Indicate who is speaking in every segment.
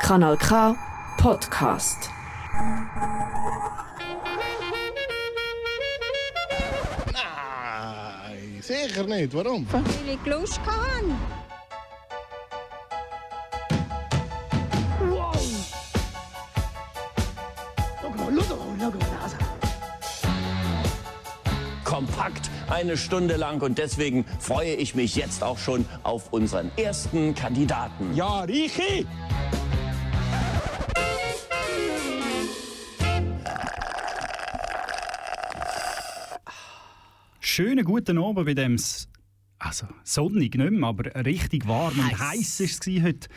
Speaker 1: Kanal K Podcast.
Speaker 2: Nee, zeker niet. Waarom?
Speaker 3: Familie Kloeskaan.
Speaker 4: kompakt eine Stunde lang und deswegen freue ich mich jetzt auch schon auf unseren ersten Kandidaten.
Speaker 5: Ja, Richi!
Speaker 6: Schönen guten Abend bei dem, S- also sonnig nicht mehr, aber richtig warm und heiß war es gewesen heute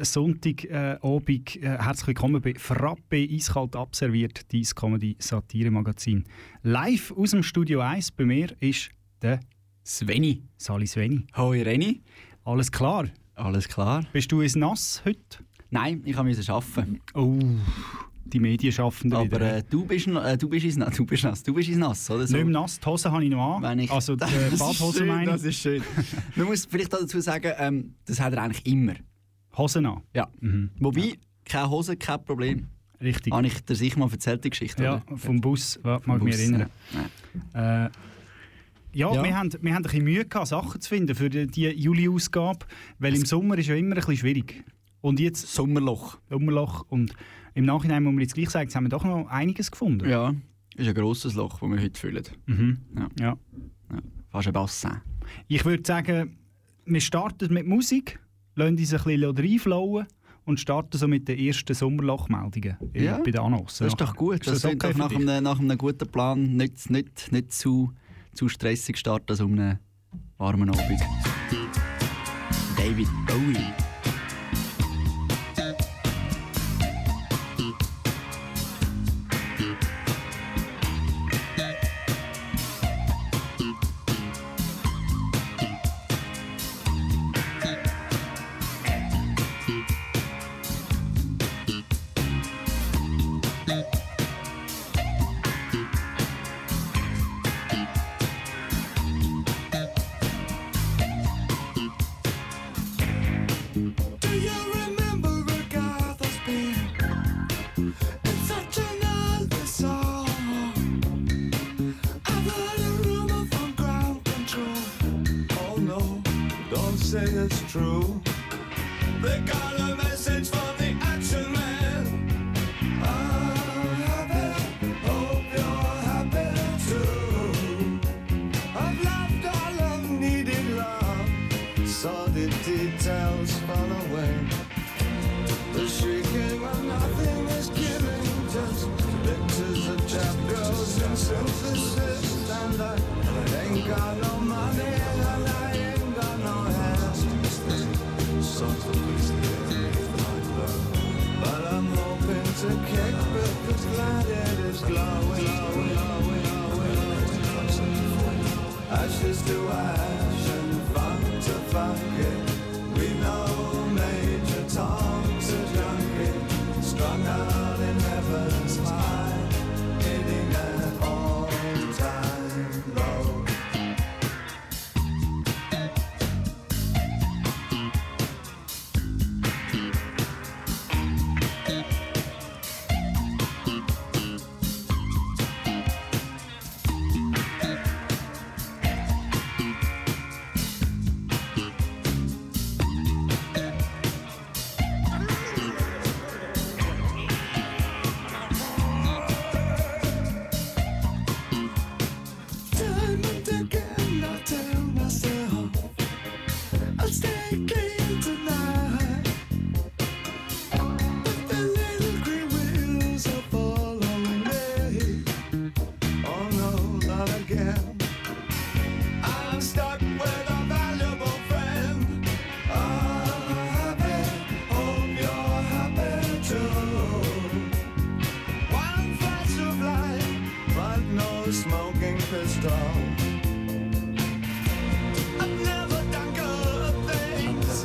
Speaker 6: äh, Sonntagabend. Äh, Abend. äh, herzlich willkommen bei Frappe Eiskalt abserviert, dein Comedy-Satire-Magazin. Live aus dem Studio 1 bei mir ist der
Speaker 7: Sveni.
Speaker 6: Sali Sveni.
Speaker 7: Hoi Reni.
Speaker 6: Alles klar?
Speaker 7: Alles klar?
Speaker 6: Bist du ins Nass heute?
Speaker 7: Nein, ich musste arbeiten.
Speaker 6: Oh, die Medienschaffenden
Speaker 7: Aber
Speaker 6: wieder.
Speaker 7: äh, du bist na- äh, du bist ins Na- du bist nass, du bist ins Nass, oder so?
Speaker 6: nicht mehr nass, die Hose habe ich noch an.
Speaker 7: Wenn ich-
Speaker 6: also die äh,
Speaker 7: Das ist
Speaker 6: Badhose
Speaker 7: schön,
Speaker 6: meine
Speaker 7: Das
Speaker 6: ich.
Speaker 7: ist schön. Man muss vielleicht auch dazu sagen, ähm, das hat er eigentlich immer.
Speaker 6: Hose an,
Speaker 7: Ja.
Speaker 6: Mhm.
Speaker 7: Wobei, keine Hose, kein Problem.
Speaker 6: richtig.
Speaker 7: Habe ich dir sicher mal erzählt, die Geschichte,
Speaker 6: Ja,
Speaker 7: oder?
Speaker 6: vom Bus, ja, mag ich mich
Speaker 7: Bus,
Speaker 6: erinnern.
Speaker 7: ja.
Speaker 6: Äh, ja,
Speaker 7: Ja.
Speaker 6: Wir, haben, wir haben ein bisschen Mühe gehabt, Sachen zu finden für die, die Juli-Ausgabe, weil im Sommer ist ja immer ein bisschen schwierig. Und jetzt
Speaker 7: Sommerloch.
Speaker 6: Sommerloch und im Nachhinein muss man jetzt gleich sagen, jetzt haben wir doch noch einiges gefunden. Mhm.
Speaker 7: Ja. Ist ein grosses Loch, das wir heute füllen.
Speaker 6: Ja.
Speaker 7: Fast ein Bassin.
Speaker 6: Ich würde sagen, wir starten mit Musik, lassen uns ein bisschen reinflowen und starten so mit den ersten Sommerlochmeldungen in-
Speaker 7: Ja.
Speaker 6: bei den Anos.
Speaker 7: Das ist doch gut.
Speaker 6: Ist
Speaker 7: Das,
Speaker 6: das
Speaker 7: klingt
Speaker 6: okay
Speaker 7: doch nach
Speaker 6: für dich?
Speaker 7: einem, nach einem guten Plan. Nicht, nicht, nicht zu, zu stressig starten, so um einen warmen Abend. David Bowie.
Speaker 8: Do you remember a guy that's been in such an early song? I've heard a rumor from ground control.
Speaker 9: Oh no, don't say it's true.
Speaker 8: They got a message from the action man.
Speaker 9: I'm happy, hope you're happy too. I've loved all I've needed love, saw the details fall away. The shrieking when nothing is given, just pictures of chapters and synthesis. And I ain't got no money, and I ain't got no hands. So please give me my love. But I'm hoping to kick back this light that is glowing, glowing, glowing, glowing. Ashes to ash and funk to funky. We know Major Tom's a junkie, strung out in heaven's high, hitting an all-time low.
Speaker 8: Time and again I tell myself I'll stay clean tonight. But the little green wheels are following me.
Speaker 9: Oh no, not again.
Speaker 8: I'm stuck with a valuable friend.
Speaker 9: I'm happy, hope you're happy too.
Speaker 8: One flash of light,
Speaker 9: but no smoking pistol.
Speaker 8: I've never done good things.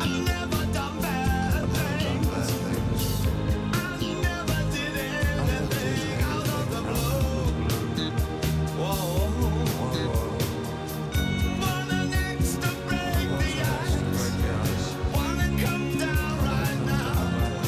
Speaker 8: I've never done bad things. I never did anything out of the blue.
Speaker 9: Whoa,
Speaker 8: Wanna next to break the ice. Wanna come down right.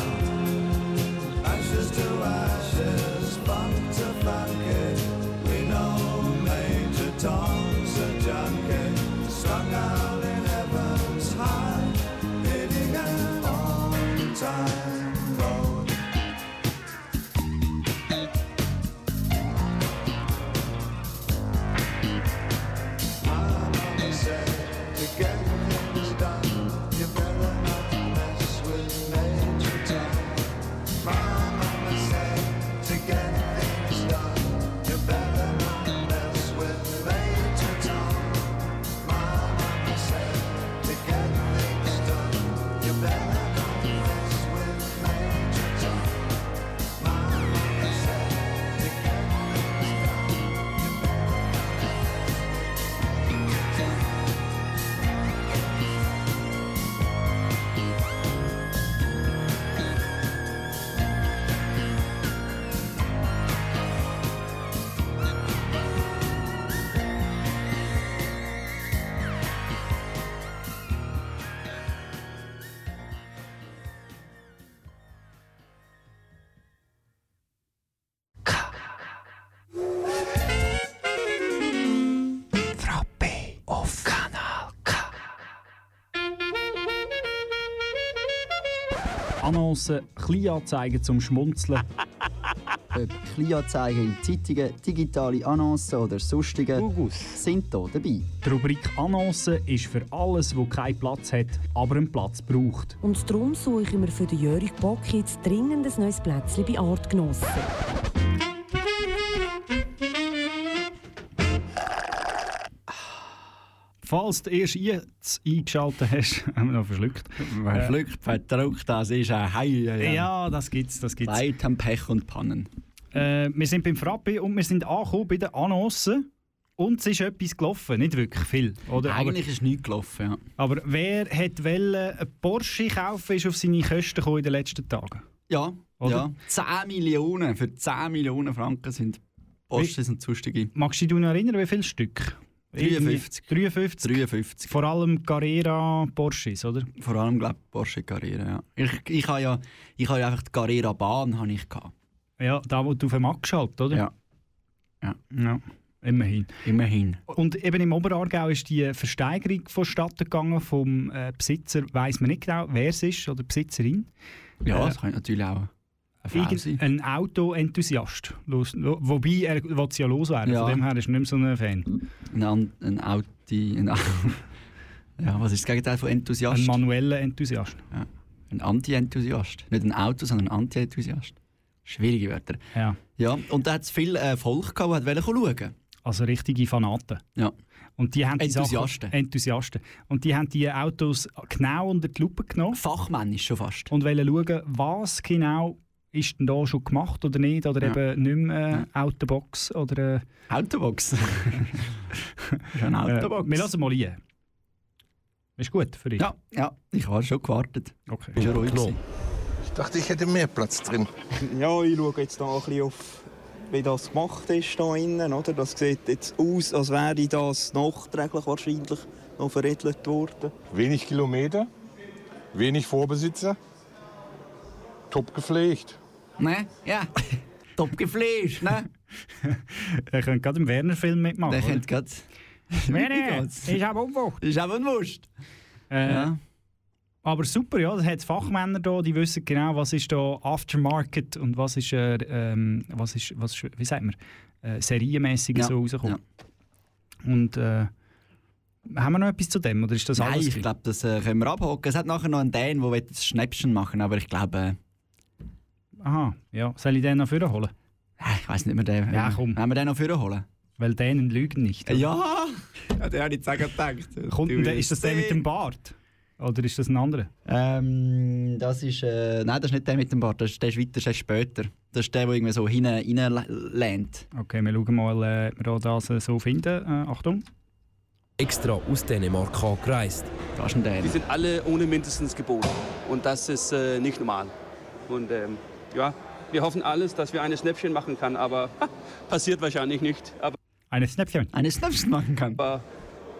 Speaker 6: Annoncen, Kleinanzeigen zum Schmunzeln.
Speaker 7: Ob Kleinanzeigen in Zeitungen, digitale Annoncen oder sonstige sind hier dabei.
Speaker 6: Die Rubrik Annoncen ist für alles, wo keinen Platz hat, aber einen Platz braucht.
Speaker 5: Und darum suche ich mir für den Jörg Bock jetzt dringend ein neues Plätzchen bei Artgenossen.
Speaker 6: Falls du erst jetzt eingeschaltet hast, haben wir noch verschluckt. Äh,
Speaker 7: Wer pflückt, verdruckt, das ist ein Heil.
Speaker 6: Ja, das gibt's, das gibt's.
Speaker 7: Leid haben Pech und Pannen.
Speaker 6: Äh, wir sind beim Frappe und wir sind angekommen bei den Annoncen. Und es ist etwas gelaufen, nicht wirklich viel. Oder? Aber,
Speaker 7: Eigentlich ist nichts gelaufen. Ja.
Speaker 6: aber wer hat wollen, einen Porsche kaufen, ist auf seine Kosten gekommen in den letzten Tagen.
Speaker 7: Ja,
Speaker 6: Oder?
Speaker 7: ja. 10 Millionen, für 10 Millionen Franken sind Porsches und sonstige.
Speaker 6: Magst du dich noch erinnern, wie viele Stück?
Speaker 7: 53.
Speaker 6: Irgendwie 53.
Speaker 7: 53.
Speaker 6: Vor allem Carrera Porsches, oder?
Speaker 7: Vor allem, glaube ich, Porsche-Karriere. Ja. Ich, ich habe ja, ich habe ja einfach die Carrera-Bahn habe ich gehabt.
Speaker 6: Ja, da, wo du auf dem geschaltet, oder?
Speaker 7: Ja. Ja.
Speaker 6: ja. Immerhin.
Speaker 7: Immerhin.
Speaker 6: Und eben im Oberaargau ist die Versteigerung vonstatten gegangen vom äh, Besitzer, weiß man nicht genau, wer es ist oder Besitzerin.
Speaker 7: Ja,
Speaker 6: Äh,
Speaker 7: das könnte natürlich auch eine Frau sein.
Speaker 6: Irgendein Autoenthusiast. Los- lo- Wobei er will ja loswerden,
Speaker 7: Ja.
Speaker 6: von dem her ist er nicht mehr so ein Fan.
Speaker 7: Ein, An- ein Audi... Ein, Au- ja, was ist das Gegenteil von Enthusiast?
Speaker 6: Ein manueller Enthusiast.
Speaker 7: Ein Anti-Enthusiast. Nicht ein Auto, sondern ein Anti-Enthusiast. Schwierige Wörter.
Speaker 6: Ja.
Speaker 7: Ja, und da hat es viel äh, Volk gehabt, die wollten schauen.
Speaker 6: Also richtige Fanaten.
Speaker 7: Ja.
Speaker 6: Und die haben die
Speaker 7: Enthusiasten.
Speaker 6: Sachen, Enthusiasten. Und die haben die Autos genau unter die Lupe genommen
Speaker 7: Fachmännisch schon fast.
Speaker 6: und wollen schauen, was genau ist denn da schon gemacht oder nicht. Oder
Speaker 7: Ja.
Speaker 6: eben nicht mehr äh, out the box. Oder, äh,
Speaker 7: Autobox. Ist ein Autobox.
Speaker 6: Äh, wir lassen mal rein. Ist gut für dich?
Speaker 7: ja, ja, ich habe schon gewartet.
Speaker 6: Okay.
Speaker 7: Ist ja ruhig. gewesen.
Speaker 2: Ich dachte, ich hätte mehr Platz drin.
Speaker 10: Ja, ich schaue jetzt hier ein bisschen auf, wie das gemacht ist hier innen. Oder? Das sieht jetzt aus, als wäre das nachträglich wahrscheinlich noch veredelt worden.
Speaker 2: Wenig Kilometer, wenig Vorbesitzer, top gepflegt.
Speaker 7: Ne? Ja. Top geflasht, ne?
Speaker 6: Er könnte gerade im Werner-Film mitmachen.
Speaker 7: Der
Speaker 6: oder?
Speaker 7: kennt gerade.
Speaker 6: Werner,
Speaker 7: geht's?
Speaker 6: ich habe Umwucht.
Speaker 7: Ist auch ein Wurst.
Speaker 6: Äh,
Speaker 7: Ja.
Speaker 6: Aber super, ja, das hat Fachmänner da, die wissen genau, was ist da Aftermarket und was ist, äh, ähm, was ist, was ist wie sagt man, äh, serienmäßig
Speaker 7: Ja,
Speaker 6: so rauskommt. Und äh, haben wir noch etwas zu dem oder ist das
Speaker 7: Nein,
Speaker 6: alles?
Speaker 7: ich glaube, das äh, können wir abhocken. Es hat nachher noch einen Dän, der das Schnäppchen machen will, aber ich glaube,
Speaker 6: Aha, ja, soll ich den noch vorholen?
Speaker 7: äh, ich weiß nicht mehr, den.
Speaker 6: Ja, komm.
Speaker 7: Wenn wir den noch vorholen.
Speaker 6: Weil denen lügen nicht.
Speaker 7: Ja! ja den habe ich sagen gedacht.
Speaker 6: Kommt denn der, ist das der mit dem Bart? Oder ist das ein anderer?
Speaker 7: Ähm, das ist. Äh, nein, das ist nicht der mit dem Bart, das ist, der ist weiter, der ist später. Das ist der, der irgendwie so hinein hinein lernt.
Speaker 6: Okay, wir schauen mal, äh, ob wir auch das äh, so finden. Äh, Achtung.
Speaker 11: Extra aus Dänemark angereist.
Speaker 7: Das ist ein Dän.
Speaker 10: sind alle ohne mindestens Gebot. Und das ist äh, nicht normal. Und ähm, ja, wir hoffen alles, dass wir eine Schnäppchen machen kann, aber passiert wahrscheinlich nicht. Aber,
Speaker 6: Ein Snäppchen.
Speaker 7: Eine Schnäppchen machen kann.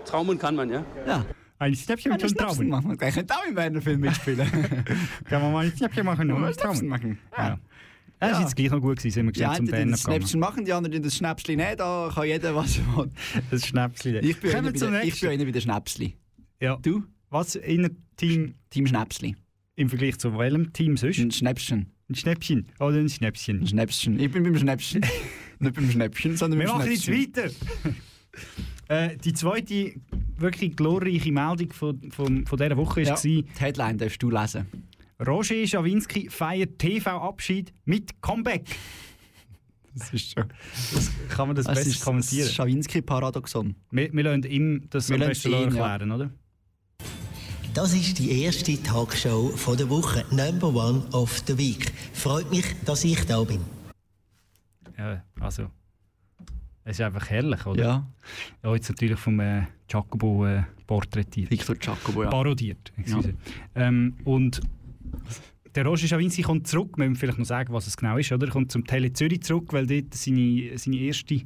Speaker 10: traumen kann man, ja.
Speaker 7: Ja,
Speaker 6: Ein Snäppchen
Speaker 7: eine
Speaker 6: und ein
Speaker 7: Schnäppchen
Speaker 6: Trauben.
Speaker 7: machen kann. Der könnte auch im Werner-Film mitspielen.
Speaker 6: Kann man mal ein Snäppchen machen
Speaker 7: Nur
Speaker 6: und ein
Speaker 7: ein Schnäppchen
Speaker 6: Trauben?
Speaker 7: machen.
Speaker 6: Ja. Das ist jetzt gleich noch gut gewesen, sind wir
Speaker 7: Die
Speaker 6: gesehen zum
Speaker 7: einen die
Speaker 6: Dänen
Speaker 7: das
Speaker 6: gegangen.
Speaker 7: Schnäppchen machen, die anderen die das Schnäppchen nehmen. Da kann jeder, was er will.
Speaker 6: Das Schnäpsli.
Speaker 7: Ich bin,
Speaker 6: Kommen
Speaker 7: einer
Speaker 6: wir
Speaker 7: bei,
Speaker 6: zum
Speaker 7: der, ich
Speaker 6: nächsten.
Speaker 7: bin einer bei den Schnäpsli.
Speaker 6: ja.
Speaker 7: Du?
Speaker 6: Was in Team
Speaker 7: Team Schnäpsli.
Speaker 6: im Vergleich zu welchem Team sonst?
Speaker 7: Ein Schnäpschen.
Speaker 6: Ein Schnäppchen oder ein
Speaker 7: Ein
Speaker 6: Schnäppchen?
Speaker 7: Schnäpschen. Ich bin beim Schnäpschen. Nicht beim Schnäppchen, sondern
Speaker 6: Wir
Speaker 7: beim
Speaker 6: machen jetzt
Speaker 7: Schnäpschen.
Speaker 6: weiter. äh, die zweite wirklich glorreiche Meldung von, von, von dieser Woche
Speaker 7: Ja.
Speaker 6: war,
Speaker 7: Die Headline darfst du lesen.
Speaker 6: Roger Schawinski feiert TV-Abschied mit Comeback.
Speaker 7: Das ist schon.
Speaker 6: Kann man das
Speaker 7: Das
Speaker 6: besser
Speaker 7: ist
Speaker 6: kommentieren?
Speaker 7: das Schawinski-Paradoxon.
Speaker 6: wir, wir lassen ihm das
Speaker 7: Wir
Speaker 6: am
Speaker 7: lassen
Speaker 6: besten
Speaker 7: ihn, ja.
Speaker 6: erklären, oder?
Speaker 9: Das ist die erste Tagshow von der Woche, Number One of the Week. Freut mich, dass ich da bin.
Speaker 6: Ja, also. Es ist einfach herrlich, oder?
Speaker 7: Ja.
Speaker 6: Ja, jetzt natürlich vom äh, Jacobo äh, porträtiert.
Speaker 7: Victor Jacobo, ja.
Speaker 6: Parodiert. excuse. Ähm, und der Roger Schawinski kommt zurück, wir müssen vielleicht noch sagen, was es genau ist, oder? Er kommt zum Tele Zürich zurück, weil dort seine, seine erste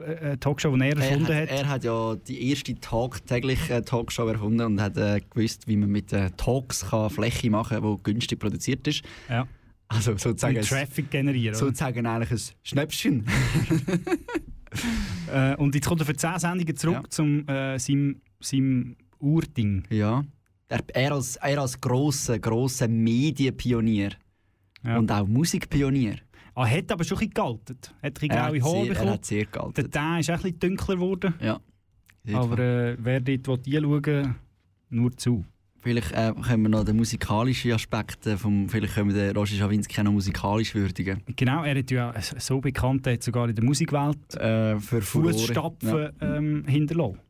Speaker 6: äh, äh, Talkshow, die er
Speaker 7: Er
Speaker 6: erfunden
Speaker 7: hat,
Speaker 6: hat.
Speaker 7: er hat ja die erste Tag, tägliche Talkshow erfunden und hat äh, gewusst, wie man mit äh, Talks kann Fläche machen kann, die günstig produziert ist.
Speaker 6: ja,
Speaker 7: Also sozusagen,
Speaker 6: und
Speaker 7: ein,
Speaker 6: Traffic generieren. oder?
Speaker 7: sozusagen eigentlich ein Schnäppchen.
Speaker 6: Äh, und jetzt kommt er für 10 Sendungen zurück
Speaker 7: Ja.
Speaker 6: zum äh, seinem, seinem Urding.
Speaker 7: ja, er, er, als, er als grosser, grosser Medienpionier und auch Musikpionier.
Speaker 6: Ah, hat aber schon ein bisschen gealtet. Hat ein bisschen
Speaker 7: Er hat
Speaker 6: graue
Speaker 7: sehr-
Speaker 6: Haare
Speaker 7: er
Speaker 6: bekommen.
Speaker 7: hat sehr gealtet.
Speaker 6: Der Teint ist auch ein bisschen dunkler geworden.
Speaker 7: Ja.
Speaker 6: Aber äh, wer dort will einschauen nur zu.
Speaker 7: Vielleicht äh, können wir noch den musikalischen Aspekt äh, vom, vielleicht können wir den Roger Schawinski auch noch musikalisch würdigen.
Speaker 6: Genau, er hat ja so bekannt, er hat sogar in der Musikwelt
Speaker 7: äh, für Furore.
Speaker 6: Fußstapfen ähm, hinterlassen.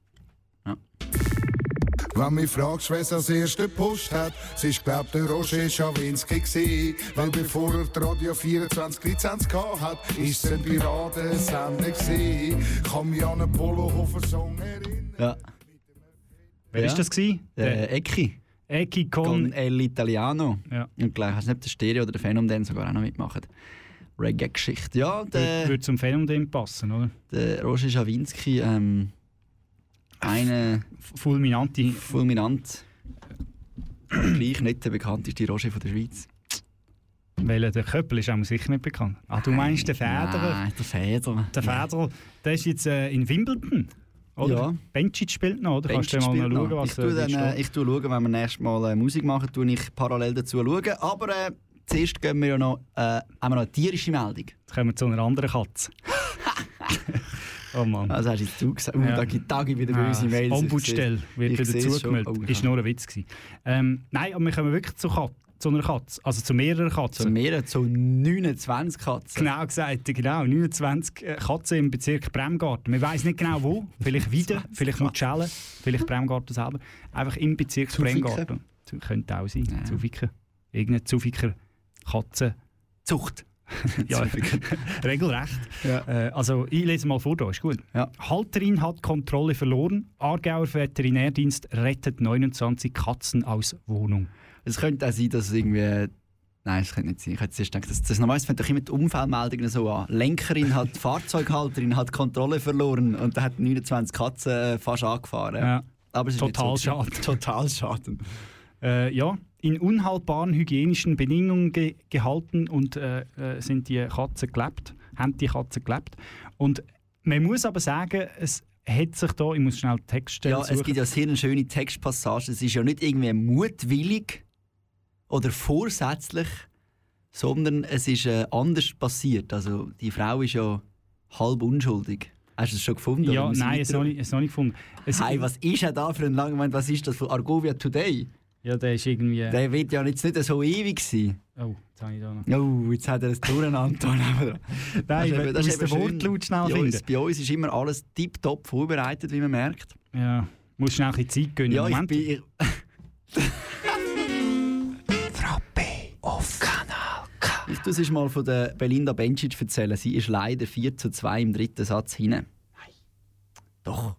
Speaker 12: Wenn mich fragst, wer als erste Post hat, es ist glaub der Roger Schawinski gsi. Weil bevor er die Radio 24 Lizenz gehabt hat, ist es ein Piratensender gsi. Kann mich an einen Polohofer Song erinnern.
Speaker 7: Ja.
Speaker 6: Wer ist das gewesen?
Speaker 7: Der Ecki.
Speaker 6: Ecki
Speaker 7: con El Italiano.
Speaker 6: Ja.
Speaker 7: Und gleich hast du nicht der Stereo oder der Phenom dann sogar auch noch mitmachen. Reggae-Geschichte. Ja, der,
Speaker 6: Würde würde zum Phänomen passen, oder?
Speaker 7: der Roger Schawinski, ähm, eine
Speaker 6: fulminante.
Speaker 7: Fulminant. gleich nicht der bekannteste Roger von der Schweiz.
Speaker 6: Weil der Köppel ist auch sicher nicht bekannt. Ah, du meinst den Federer?
Speaker 7: Nein, der Federer.
Speaker 6: Der Federer, der ist jetzt äh, in Wimbledon, oder?
Speaker 7: Ja.
Speaker 6: Bencic spielt noch, oder?
Speaker 7: Benji
Speaker 6: Kannst du mal
Speaker 7: spielt
Speaker 6: noch schauen,
Speaker 7: noch.
Speaker 6: was
Speaker 7: ich tue
Speaker 6: äh,
Speaker 7: dann,
Speaker 6: dort
Speaker 7: äh,
Speaker 6: steht?
Speaker 7: Ich tue schauen, wenn wir nächstes Mal äh, Musik machen, tue ich parallel dazu schauen. Aber äh, zuerst gehen wir ja noch, äh, haben wir noch eine tierische Meldung.
Speaker 6: Jetzt kommen wir zu einer anderen Katze. oh Mann.
Speaker 7: Also hast du jetzt zugesagt. Uh,
Speaker 6: Ja.
Speaker 7: da gibt da gibt wieder
Speaker 6: Ah,
Speaker 7: böse Mails. Ich
Speaker 6: Ombudsstelle
Speaker 7: seh's.
Speaker 6: wird
Speaker 7: Ich
Speaker 6: wieder
Speaker 7: seh's
Speaker 6: zugemeldet.
Speaker 7: schon. Oh,
Speaker 6: ist nur ein Witz gewesen. Ähm, nein, aber wir kommen wirklich zu, Kat zu einer Katze. Also zu mehreren Katzen.
Speaker 7: Zu mehreren, zu 29 Katzen.
Speaker 6: Genau gesagt, genau. 29 äh, Katzen im Bezirk Bremgarten. Man weiß nicht genau wo. Vielleicht Weiden, vielleicht Mutschellen, vielleicht Bremgarten selber. Einfach im Bezirk
Speaker 7: Zuficken.
Speaker 6: Bremgarten. Zu, könnte auch sein. Zuficken. Irgendeine Zuficker Katzenzucht. ja, regelrecht. Äh, also, ich lese mal vor, da ist gut. Halterin hat Kontrolle verloren. Aargauer Veterinärdienst rettet 29 Katzen aus Wohnung.
Speaker 7: Es könnte auch sein, dass es irgendwie. äh, Nein, das könnte nicht sein. Ich hätte zuerst gedacht, das, das normalerweise fängt doch immer die Unfallmeldungen so an. Lenkerin hat, Fahrzeughalterin hat Kontrolle verloren und da hat 29 Katzen äh, fast angefahren.
Speaker 6: Ja.
Speaker 7: Aber es ist
Speaker 6: Total
Speaker 7: nicht so gewesen. Total Schaden.
Speaker 6: Äh, ja, in unhaltbaren hygienischen Bedingungen ge gehalten und äh, äh, sind die Katzen gelebt, haben die Katzen gelebt. Und man muss aber sagen, es hat sich da, ich muss schnell die Textstelle
Speaker 7: Ja,
Speaker 6: suchen.
Speaker 7: es gibt ja sehr eine schöne Textpassage. Es ist ja nicht irgendwie mutwillig oder vorsätzlich, sondern es ist äh, anders passiert. Also die Frau ist ja halb unschuldig. Hast du es schon gefunden?
Speaker 6: Ja,
Speaker 7: oder? Wir sind
Speaker 6: nein, es
Speaker 7: nicht
Speaker 6: noch
Speaker 7: dran.
Speaker 6: nicht, es noch nicht gefunden. Es,
Speaker 7: Hey, was ist ja da für ein langer Moment? Was ist das von Argovia Today?
Speaker 6: Ja, der ist irgendwie...
Speaker 7: Der wird ja jetzt nicht so ewig sein.
Speaker 6: Oh, jetzt habe ich da noch...
Speaker 7: Oh, jetzt hat er es durcheinander. Nein, Also
Speaker 6: Nein, ich muss den Wortlaut schnell
Speaker 7: bei
Speaker 6: finden.
Speaker 7: Uns, bei uns ist immer alles tiptop vorbereitet, wie man merkt.
Speaker 6: Ja, muss schnell ein bisschen Zeit gönnen.
Speaker 7: Ja, ich
Speaker 6: Moment.
Speaker 7: bin- ich-
Speaker 8: Auf Kanal K.
Speaker 7: Ich tue es mal von der Belinda Bencic erzählen. Sie ist leider 4 zu 2 im dritten Satz hinein. Nein. Doch.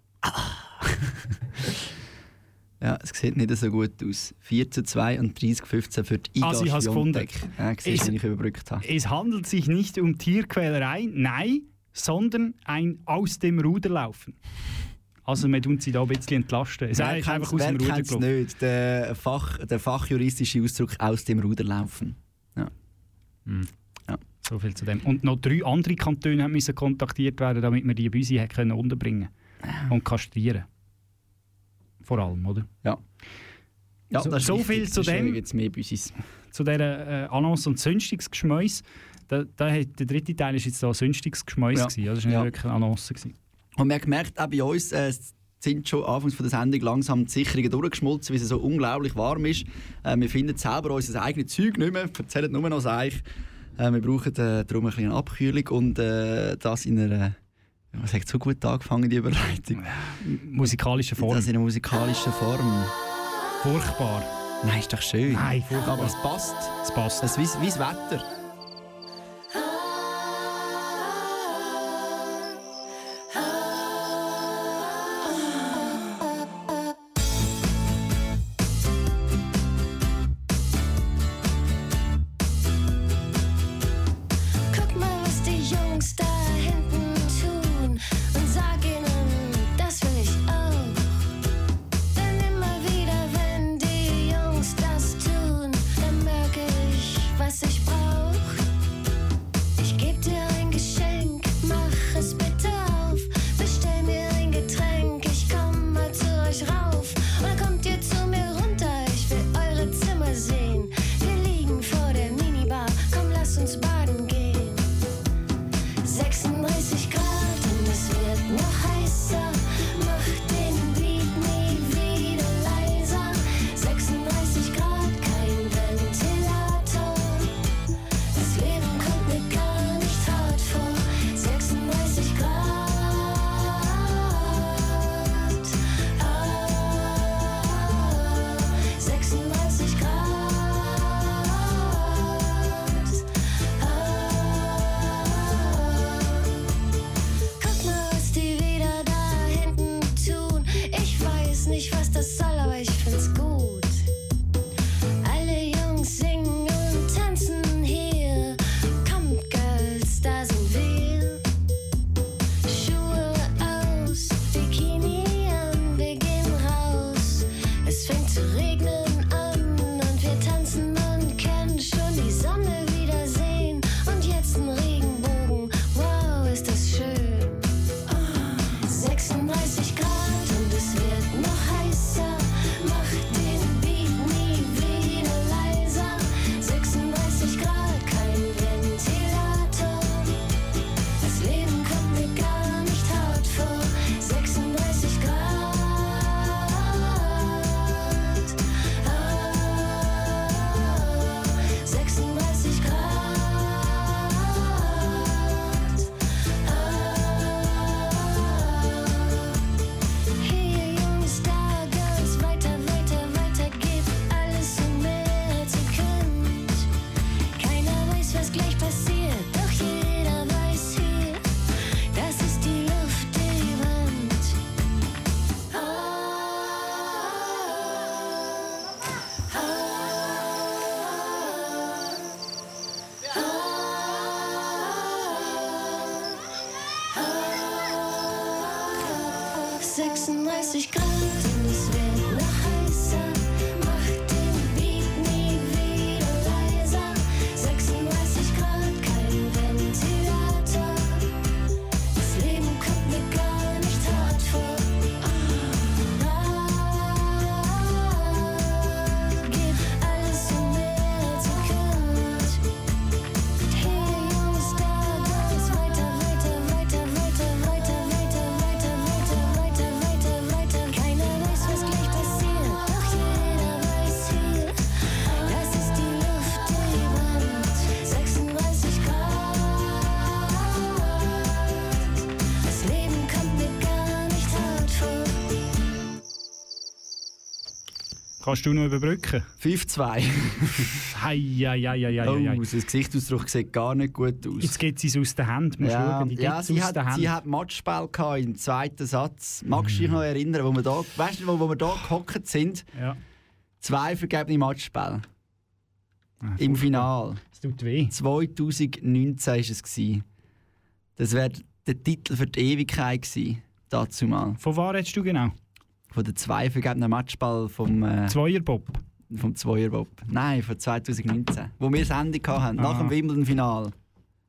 Speaker 7: ja, es sieht nicht so gut aus. 4 zu 2 und 30 15 für die Iga
Speaker 6: Ah, sie hat's
Speaker 7: Świątek.
Speaker 6: gefunden.
Speaker 7: Ja, siehst,
Speaker 6: Ist-
Speaker 7: du, wie ich überbrückt habe.
Speaker 6: Es handelt sich nicht um Tierquälerei, nein, sondern ein aus dem Ruder laufen. Also man tut sie da ein bisschen entlasten. Es ist
Speaker 7: Wer
Speaker 6: einfach
Speaker 7: kennt's-
Speaker 6: aus
Speaker 7: wer
Speaker 6: dem Ruder
Speaker 7: kennt's
Speaker 6: gelaufen.
Speaker 7: nicht? Der, Fach, der fachjuristische Ausdruck aus dem Ruder laufen. Ja. Ja.
Speaker 6: Hm. So viel zu dem. Und noch drei andere Kantone haben müssen kontaktiert werden, damit wir die Büsi hätten können unterbringen
Speaker 7: Ah.
Speaker 6: und kastrieren. Vor allem, oder?
Speaker 7: Ja. Ja,
Speaker 6: so
Speaker 7: das ist
Speaker 6: so
Speaker 7: wichtig.
Speaker 6: viel zu
Speaker 7: Sonst hören
Speaker 6: dem,
Speaker 7: Jetzt mehr Büsis.
Speaker 6: zu dieser äh, Annons- und Sünstigsgeschmäus. Da, da, hat- der dritte Teil ist jetzt da Sünstigsgeschmäus
Speaker 7: Ja.
Speaker 6: gewesen. Ja, das war nicht
Speaker 7: Ja.
Speaker 6: wirklich eine Annonce. Gewesen.
Speaker 7: Und man merkt auch bei uns, äh, es sind schon anfangs von der Sendung langsam die Sicherungen durchgeschmolzen, weil es so unglaublich warm ist. Äh, wir finden selber unser eigenes Zeug nicht mehr, erzählen nur noch das Eich. Äh, wir brauchen äh, darum ein bisschen eine Abkühlung und äh, das in einer, äh, was hat so gut angefangen, die Überleitung?
Speaker 6: Musikalische Form.
Speaker 7: Das in einer musikalischen Form.
Speaker 6: Furchtbar.
Speaker 7: Nein, ist doch schön.
Speaker 6: Nein, furchtbar.
Speaker 7: Aber es passt.
Speaker 6: Es passt.
Speaker 7: Es ist wie das Wetter.
Speaker 13: Guck mal, was die Jungs da hinten tun und sag ihnen, das will ich auch. Denn immer wieder, wenn die Jungs das tun, dann merke ich, was ich brauch. 20 Grad und es wird noch heißer. Mach den Beat nie wieder leiser. 36 Grad, kein Ventilator. Das Leben kommt mir gar nicht hart vor. Ah, gib alles und mehr als ihr könnt. Hey Jungs, da geht's weiter, weiter, weiter, weiter, weiter, weiter, weiter, weiter, weiter, weiter, weiter. Keiner weiß, was gleich passiert, doch jeder weiß viel. Das ist die Luft, die Wand, 36 Grad. Das Leben kommt mir gar nicht hart vor.
Speaker 6: Kannst du noch überbrücken?
Speaker 7: 5-2.
Speaker 6: Heieieiei.
Speaker 7: Oh, sein Gesichtsausdruck sieht gar nicht gut aus.
Speaker 6: Jetzt geht sie es aus den Händen. Musst
Speaker 7: Ja,
Speaker 6: schauen, die
Speaker 7: ja
Speaker 6: geht's
Speaker 7: sie,
Speaker 6: aus
Speaker 7: hat,
Speaker 6: den Händen.
Speaker 7: sie hat Matchspiel gehabt im zweiten Satz. Magst du
Speaker 6: Mhm.
Speaker 7: dich noch erinnern, wo wir da, weißt du, wo, wo wir da gehockt sind?
Speaker 6: Ja.
Speaker 7: Zwei vergebene Matchspiele. Im Finale.
Speaker 6: Ah, Es tut weh.
Speaker 7: 2019 war es. Gewesen. Das wäre der Titel für die Ewigkeit gewesen. Dazu mal.
Speaker 6: Von war redest du genau?
Speaker 7: Von den zwei vergebenen Matchball vom... Äh,
Speaker 6: Zweierbob?
Speaker 7: Vom Zweierbob. Nein, von 2019. Wo wir das Ende hatten, nach
Speaker 6: Ah.
Speaker 7: dem Wimbledon-Final.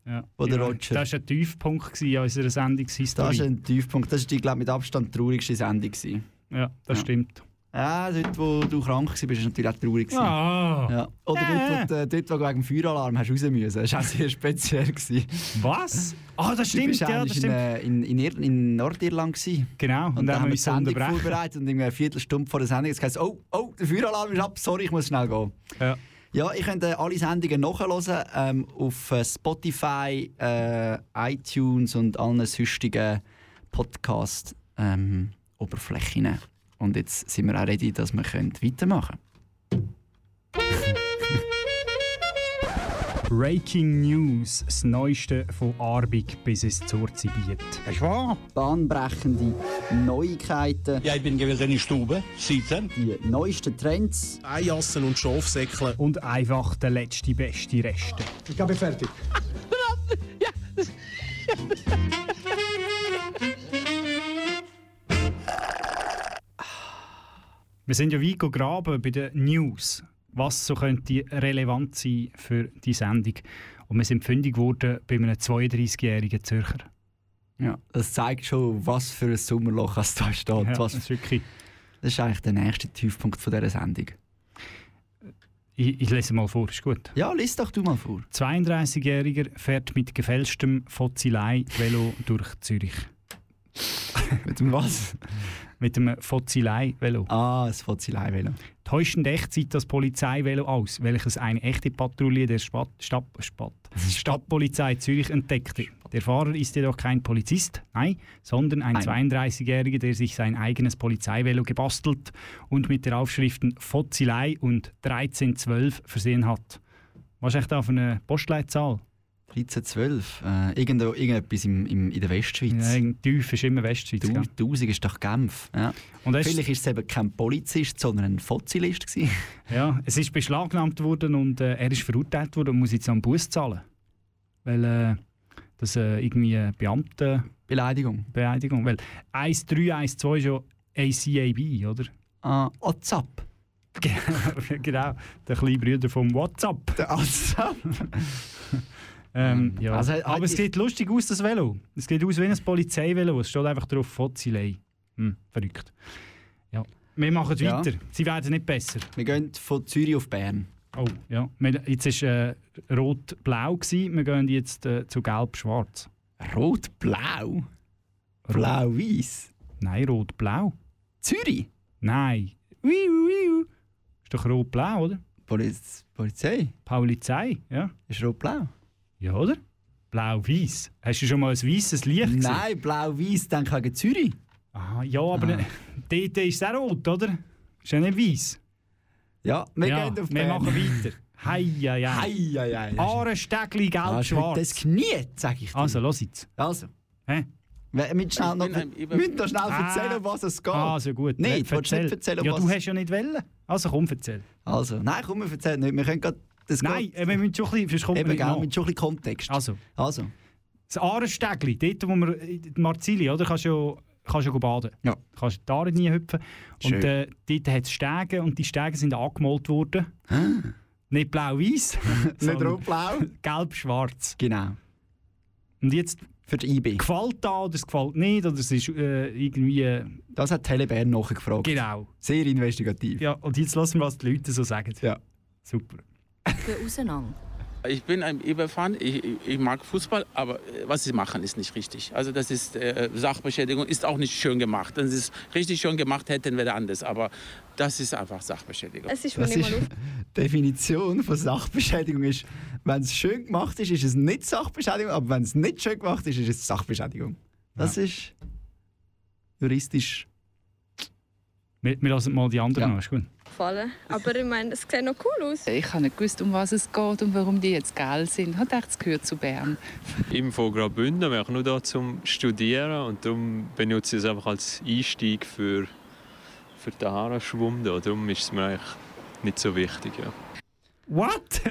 Speaker 6: Ja.
Speaker 7: Oder
Speaker 6: ja,
Speaker 7: Roger.
Speaker 6: Das war ein Tiefpunkt gewesen in unserer Sendungshistorie.
Speaker 7: Das war ein Tiefpunkt. Das war die, glaube ich, mit Abstand traurigste Sendung. Gewesen.
Speaker 6: Ja, das stimmt.
Speaker 7: Ja, dort, wo du krank warst, war es natürlich auch traurig. gewesen.
Speaker 6: Ah.
Speaker 7: Ja. Oder
Speaker 6: Äh.
Speaker 7: dort, wo, du- dort, wo du wegen dem Feueralarm hast raus müssen. Das war auch sehr speziell. Gewesen.
Speaker 6: Was? Ah, das
Speaker 7: Du
Speaker 6: stimmt,
Speaker 7: bist
Speaker 6: ja, das
Speaker 7: eigentlich
Speaker 6: stimmt.
Speaker 7: In, äh, in, in, Ir in Nordirland. Gewesen.
Speaker 6: Genau,
Speaker 7: und,
Speaker 6: und dann
Speaker 7: dann haben wir die
Speaker 6: müssen
Speaker 7: Sendung
Speaker 6: unterbrechen.
Speaker 7: vorbereitet und in einer Viertelstunde vor der Sendung hat es geheißen, oh, oh, der Feueralarm ist ab, sorry, ich muss schnell gehen.
Speaker 6: Ja.
Speaker 7: Ja, ich könnt äh, alle Sendungen nachhören ähm, auf äh, Spotify, äh, iTunes und allen sonstigen Podcast-Oberflächen. und jetzt sind wir auch ready, dass wir können weitermachen
Speaker 6: Breaking News, das Neueste von Arbig bis es zur Zibiet.
Speaker 7: können. wahr? Bahnbrechende Neuigkeiten. Ja, ich bin gewillt in die Stube, Seiten. Die neuesten Trends.
Speaker 6: Eijassen und Schafsäckle. Und einfach der letzte, beste Reste.
Speaker 14: Ich glaube fertig.
Speaker 6: Wir sind ja weit graben bei den News, was so könnte relevant sein für die Sendung. Und wir sind fündig geworden bei einem 32-jährigen Zürcher.
Speaker 7: Ja, das zeigt schon, was für ein Sommerloch es da steht.
Speaker 6: Ja,
Speaker 7: was,
Speaker 6: das ist wirklich...
Speaker 7: das ist eigentlich der nächste Tiefpunkt von dieser Sendung.
Speaker 6: Ich, ich lese mal vor, ist gut.
Speaker 7: Ja, lies doch du mal vor.
Speaker 6: 32-Jähriger fährt mit gefälschtem Fozilei-Velo durch Zürich.
Speaker 7: mit dem was?
Speaker 6: Mit dem Fozilei-Velo.
Speaker 7: Ah, das Fozilei-Velo.
Speaker 6: Täuschend echt sieht das Polizeivelo aus, welches eine echte Patrouille der Spat, Stab, Spat, Stadtpolizei Zürich entdeckte. Der Fahrer ist jedoch kein Polizist, nein, sondern ein 32-Jähriger, der sich sein eigenes Polizeivelo gebastelt und mit der Aufschriften Fozilei und 1312 versehen hat. Was ist echt auf eine Postleitzahl?
Speaker 7: 1312, äh, irgendwo, irgendetwas im, im, in der Westschweiz.
Speaker 6: Ja, irgend- tief ist immer Westschweiz.
Speaker 7: Du,
Speaker 6: gell?
Speaker 7: 1000 ist doch Genf. Ja.
Speaker 6: Und das-
Speaker 7: Vielleicht ist es eben kein Polizist, sondern ein Fozilist. gewesen.
Speaker 6: Ja, es ist beschlagnahmt worden und äh, er ist verurteilt worden und muss jetzt einen Buß zahlen. Weil äh, das äh, irgendwie eine Beamte...
Speaker 7: Beleidigung.
Speaker 6: Beleidigung, weil 1312 ist ja ACAB, oder?
Speaker 7: Ah, WhatsApp.
Speaker 6: genau, der kleine Bruder vom WhatsApp.
Speaker 7: Der WhatsApp.
Speaker 6: ähm, ja.
Speaker 7: Also, äh,
Speaker 6: Aber es
Speaker 7: ich-
Speaker 6: sieht lustig aus, das Velo. Es sieht aus wie ein Polizeivelo, es steht einfach drauf «Fozilei». Hm, verrückt. Ja. Wir machen
Speaker 7: Ja.
Speaker 6: weiter, sie werden nicht besser.
Speaker 7: Wir gehen von Zürich auf Bern.
Speaker 6: Oh, ja. Wir- Jetzt war äh, rot-blau, gewesen. wir gehen jetzt äh, zu gelb-schwarz.
Speaker 7: Rot-blau? Blau-weiß?
Speaker 6: Nein, rot-blau.
Speaker 7: Zürich?
Speaker 6: Nein. Wiu, wiu. Ist doch rot-blau, oder?
Speaker 7: Poliz Polizei?
Speaker 6: Polizei, ja.
Speaker 7: Ist rot-blau?
Speaker 6: Ja, oder? Blau-weiß. Hast du schon mal ein weißes Licht gesehen?
Speaker 7: Nein, blau-weiß, dann gegen Zürich.
Speaker 6: Ah, ja, aber ah. dort ist es auch rot, oder? Ist ja nicht weiß.
Speaker 7: Ja, wir
Speaker 6: Ja,
Speaker 7: gehen auf
Speaker 6: wir
Speaker 7: Bern.
Speaker 6: machen weiter. Hei, hei, hei.
Speaker 7: Hei, hei, Ah, hei.
Speaker 6: Ahrenstäckli, gelb-schwarz.
Speaker 7: Das Knie, sag ich dir.
Speaker 6: Also, los jetzt.
Speaker 7: Also.
Speaker 6: Hä? Ah.
Speaker 7: Wir müssen schnell noch, müssen noch schnell erzählen, um was es geht.
Speaker 6: Also gut.
Speaker 7: Nein,
Speaker 6: Wer-
Speaker 7: du willst nicht erzählen, um
Speaker 6: Ja,
Speaker 7: was
Speaker 6: du hast ja nicht wollen. Also komm, erzähl.
Speaker 7: Also, nein, komm, wir erzählen nicht. Wir können gerade das
Speaker 6: Nein, äh, wir müssen schon ein bisschen, sonst kommt man
Speaker 7: Eben,
Speaker 6: nicht
Speaker 7: gell,
Speaker 6: nach.
Speaker 7: mit schon ein bisschen Kontext.
Speaker 6: Also.
Speaker 7: also.
Speaker 6: Das Ahrenstägli, dort wo wir, in Marzili, äh, oder? Kannst du ja kannst du ja baden.
Speaker 7: Ja.
Speaker 6: Du kannst da nie hüpfen.
Speaker 7: Schön.
Speaker 6: Und äh, dort hat es Stege und die Stege sind angemalt worden.
Speaker 7: Ah.
Speaker 6: Nicht blau-weiß.
Speaker 7: Nicht rot-blau.
Speaker 6: Gelb-schwarz.
Speaker 7: Genau.
Speaker 6: Und jetzt.
Speaker 7: Für die IB.
Speaker 6: Gefällt da oder es gefällt nicht oder es ist äh, irgendwie. Äh,
Speaker 7: Das hat Telebern nachgefragt.
Speaker 6: Genau.
Speaker 7: Sehr investigativ.
Speaker 6: Ja, und jetzt lassen wir, was die Leute so sagen.
Speaker 7: Ja.
Speaker 6: Super.
Speaker 14: auseinander.
Speaker 15: Ich bin ein Eberfan, ich, ich mag Fußball, aber äh, was sie machen, ist nicht richtig. Also das ist äh, Sachbeschädigung, ist auch nicht schön gemacht. Wenn sie es richtig schön gemacht hätten, wäre anders. Aber das ist einfach Sachbeschädigung.
Speaker 7: das ist, Definition von Sachbeschädigung ist, wenn es schön gemacht ist, ist es nicht Sachbeschädigung, aber wenn es nicht schön gemacht ist, ist es Sachbeschädigung. Das ist juristisch.
Speaker 6: Wir, wir lassen mal die anderen an, ist gut.
Speaker 16: gefallen. Aber ich meine, es sieht noch cool aus. Ich habe nicht gewusst, um was es geht und warum die jetzt geil sind. Ich dachte, es gehört zu Bern.
Speaker 17: im von Graubünden, wir sind nur da zum Studieren und darum benutze ich es einfach als Einstieg für, für den Haarenschwumm. Da. Darum ist es mir eigentlich nicht so wichtig. Ja.
Speaker 6: What?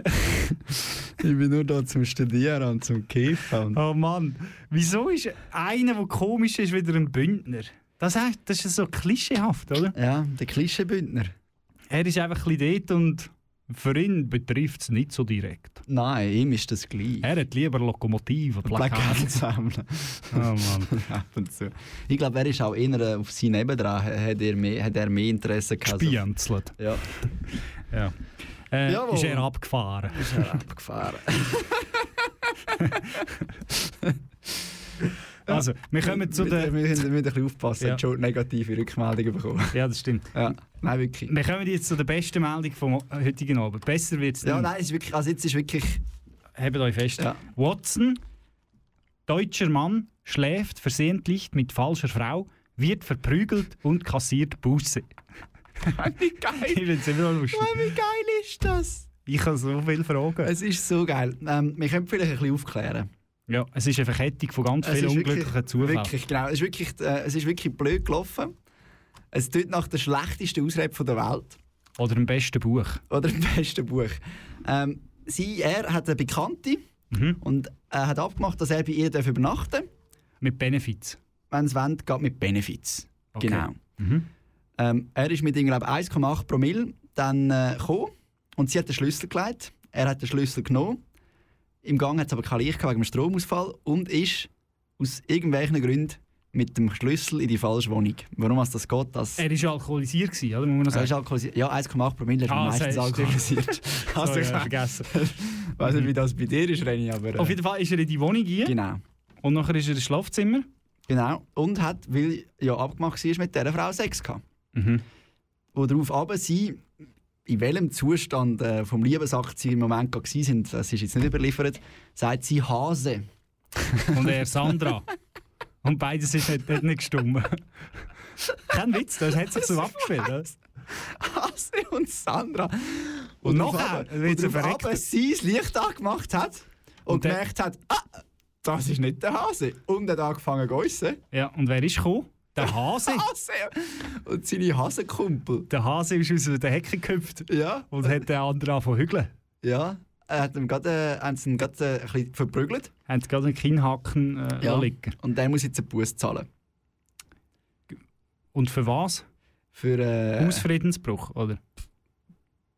Speaker 7: ich bin nur da zum Studieren und zum Kiffen.
Speaker 6: Oh Mann, wieso ist einer, der komisch ist, wieder ein Bündner? Das, heißt, das ist so klischeehaft, oder?
Speaker 7: Ja, der Klischeebündner.
Speaker 6: Er ist einfach ein bisschen dort und für ihn betrifft es nicht so direkt.
Speaker 7: Nein, ihm ist das gleich.
Speaker 6: Er hat lieber Lokomotive,
Speaker 7: Plakate
Speaker 6: Plakate.
Speaker 7: sammeln.
Speaker 6: Oh Mann.
Speaker 7: Ab und zu. Ich glaube, er ist auch eher äh, auf sein Nebendran, hat er mehr, hat er mehr Interesse gehabt. also
Speaker 6: Spienzelt.
Speaker 7: Ja.
Speaker 6: ja. Äh,
Speaker 7: Jawohl.
Speaker 6: ist er abgefahren?
Speaker 7: Ist er abgefahren.
Speaker 6: also, wir kommen zu
Speaker 7: Wir,
Speaker 6: den...
Speaker 7: wir, müssen- wir müssen ein bisschen aufpassen, ja. schon negative Rückmeldungen bekommen.
Speaker 6: Ja, das stimmt.
Speaker 7: Ja, nein, wirklich.
Speaker 6: Wir kommen jetzt zu der besten Meldung vom heutigen Abend. Besser wird es
Speaker 7: Ja, nein, es ist wirklich, also jetzt ist wirklich...
Speaker 6: Hebt euch fest.
Speaker 7: Ja.
Speaker 6: Watson, deutscher Mann, schläft versehentlich mit falscher Frau, wird verprügelt und kassiert Buße.
Speaker 7: Wie geil!
Speaker 6: ich find's immer noch lustig.
Speaker 7: wie geil ist das?
Speaker 6: Ich habe so viele Fragen.
Speaker 7: Es ist so geil. Ähm, wir können vielleicht ein bisschen aufklären.
Speaker 6: Ja, es ist eine Verkettung von ganz
Speaker 7: Es
Speaker 6: vielen
Speaker 7: ist wirklich-
Speaker 6: unglücklichen Zufällen.
Speaker 7: Wirklich, genau. Es ist wirklich, äh, es ist wirklich blöd gelaufen. Es tut nach der schlechtesten Ausrede von der Welt.
Speaker 6: Oder im besten Buch.
Speaker 7: Oder im besten Buch. Ähm, sie, er hat eine Bekannte
Speaker 6: Mhm.
Speaker 7: und äh, hat abgemacht, dass er bei ihr darf übernachten darf.
Speaker 6: Mit Benefits?
Speaker 7: Wenn es wollen, geht mit Benefits.
Speaker 6: Okay.
Speaker 7: Genau.
Speaker 6: Mhm.
Speaker 7: Ähm, er ist mit ihm, glaube 1,8 Promille dann äh, gekommen und sie hat den Schlüssel gelegt. Er hat den Schlüssel genommen. Im Gang hat es aber kein Licht gehabt wegen dem Stromausfall und ist aus irgendwelchen Gründen mit dem Schlüssel in die falsche Wohnung. Warum es das geht, das...
Speaker 6: Er war alkoholisiert, gewesen, oder? Muss man noch
Speaker 7: Er
Speaker 6: sagen.
Speaker 7: ist alkoholisiert. Ja, 1,8 Promille ist
Speaker 6: Ah,
Speaker 7: meistens
Speaker 6: stimmt.
Speaker 7: alkoholisiert.
Speaker 6: Sorry, habe ich vergessen.
Speaker 7: Ich weiß nicht, wie das bei dir ist, René, aber... äh,
Speaker 6: Auf jeden Fall ist er in die Wohnung hier.
Speaker 7: Genau.
Speaker 6: Und nachher ist er ins Schlafzimmer.
Speaker 7: Genau. Und hat, weil ja abgemacht war, mit dieser Frau Sex gehabt.
Speaker 6: Mhm.
Speaker 7: Wo darauf aber sie, in welchem Zustand äh, vom Liebesakt sie im Moment gerade gewesen sind, das ist jetzt nicht überliefert, sagt sie Hase.
Speaker 6: Und er Sandra. Und beides ist, hat, hat nicht gestummen. Kein Witz, das hat sich so abgespielt. oder?
Speaker 7: Hase und Sandra.
Speaker 6: Und
Speaker 7: darauf
Speaker 6: nachher
Speaker 7: aber-
Speaker 6: wird
Speaker 7: und
Speaker 6: sie
Speaker 7: darauf
Speaker 6: verreckt.
Speaker 7: aber sie das Licht angemacht hat und,
Speaker 6: Und der-
Speaker 7: gemerkt hat, ah, das ist nicht der Hase. Und hat angefangen zu geissen.
Speaker 6: Ja, und wer ist gekommen? Der Hase.
Speaker 7: Hase. Und seine Hasenkumpel.
Speaker 6: Der Hase ist aus der Hecke gehüpft.
Speaker 7: Ja.
Speaker 6: Und hat den anderen angefangen zu hügeln.
Speaker 7: Ja, er hat ihm gerade, äh, haben sie ihn gerade äh, ein bisschen verprügelt.
Speaker 6: Haben sie gerade einen Kinnhaken äh,
Speaker 7: Ja.
Speaker 6: liegen.
Speaker 7: Und der muss jetzt einen Buß zahlen.
Speaker 6: Und für was?
Speaker 7: Für äh,
Speaker 6: Hausfriedensbruch, oder?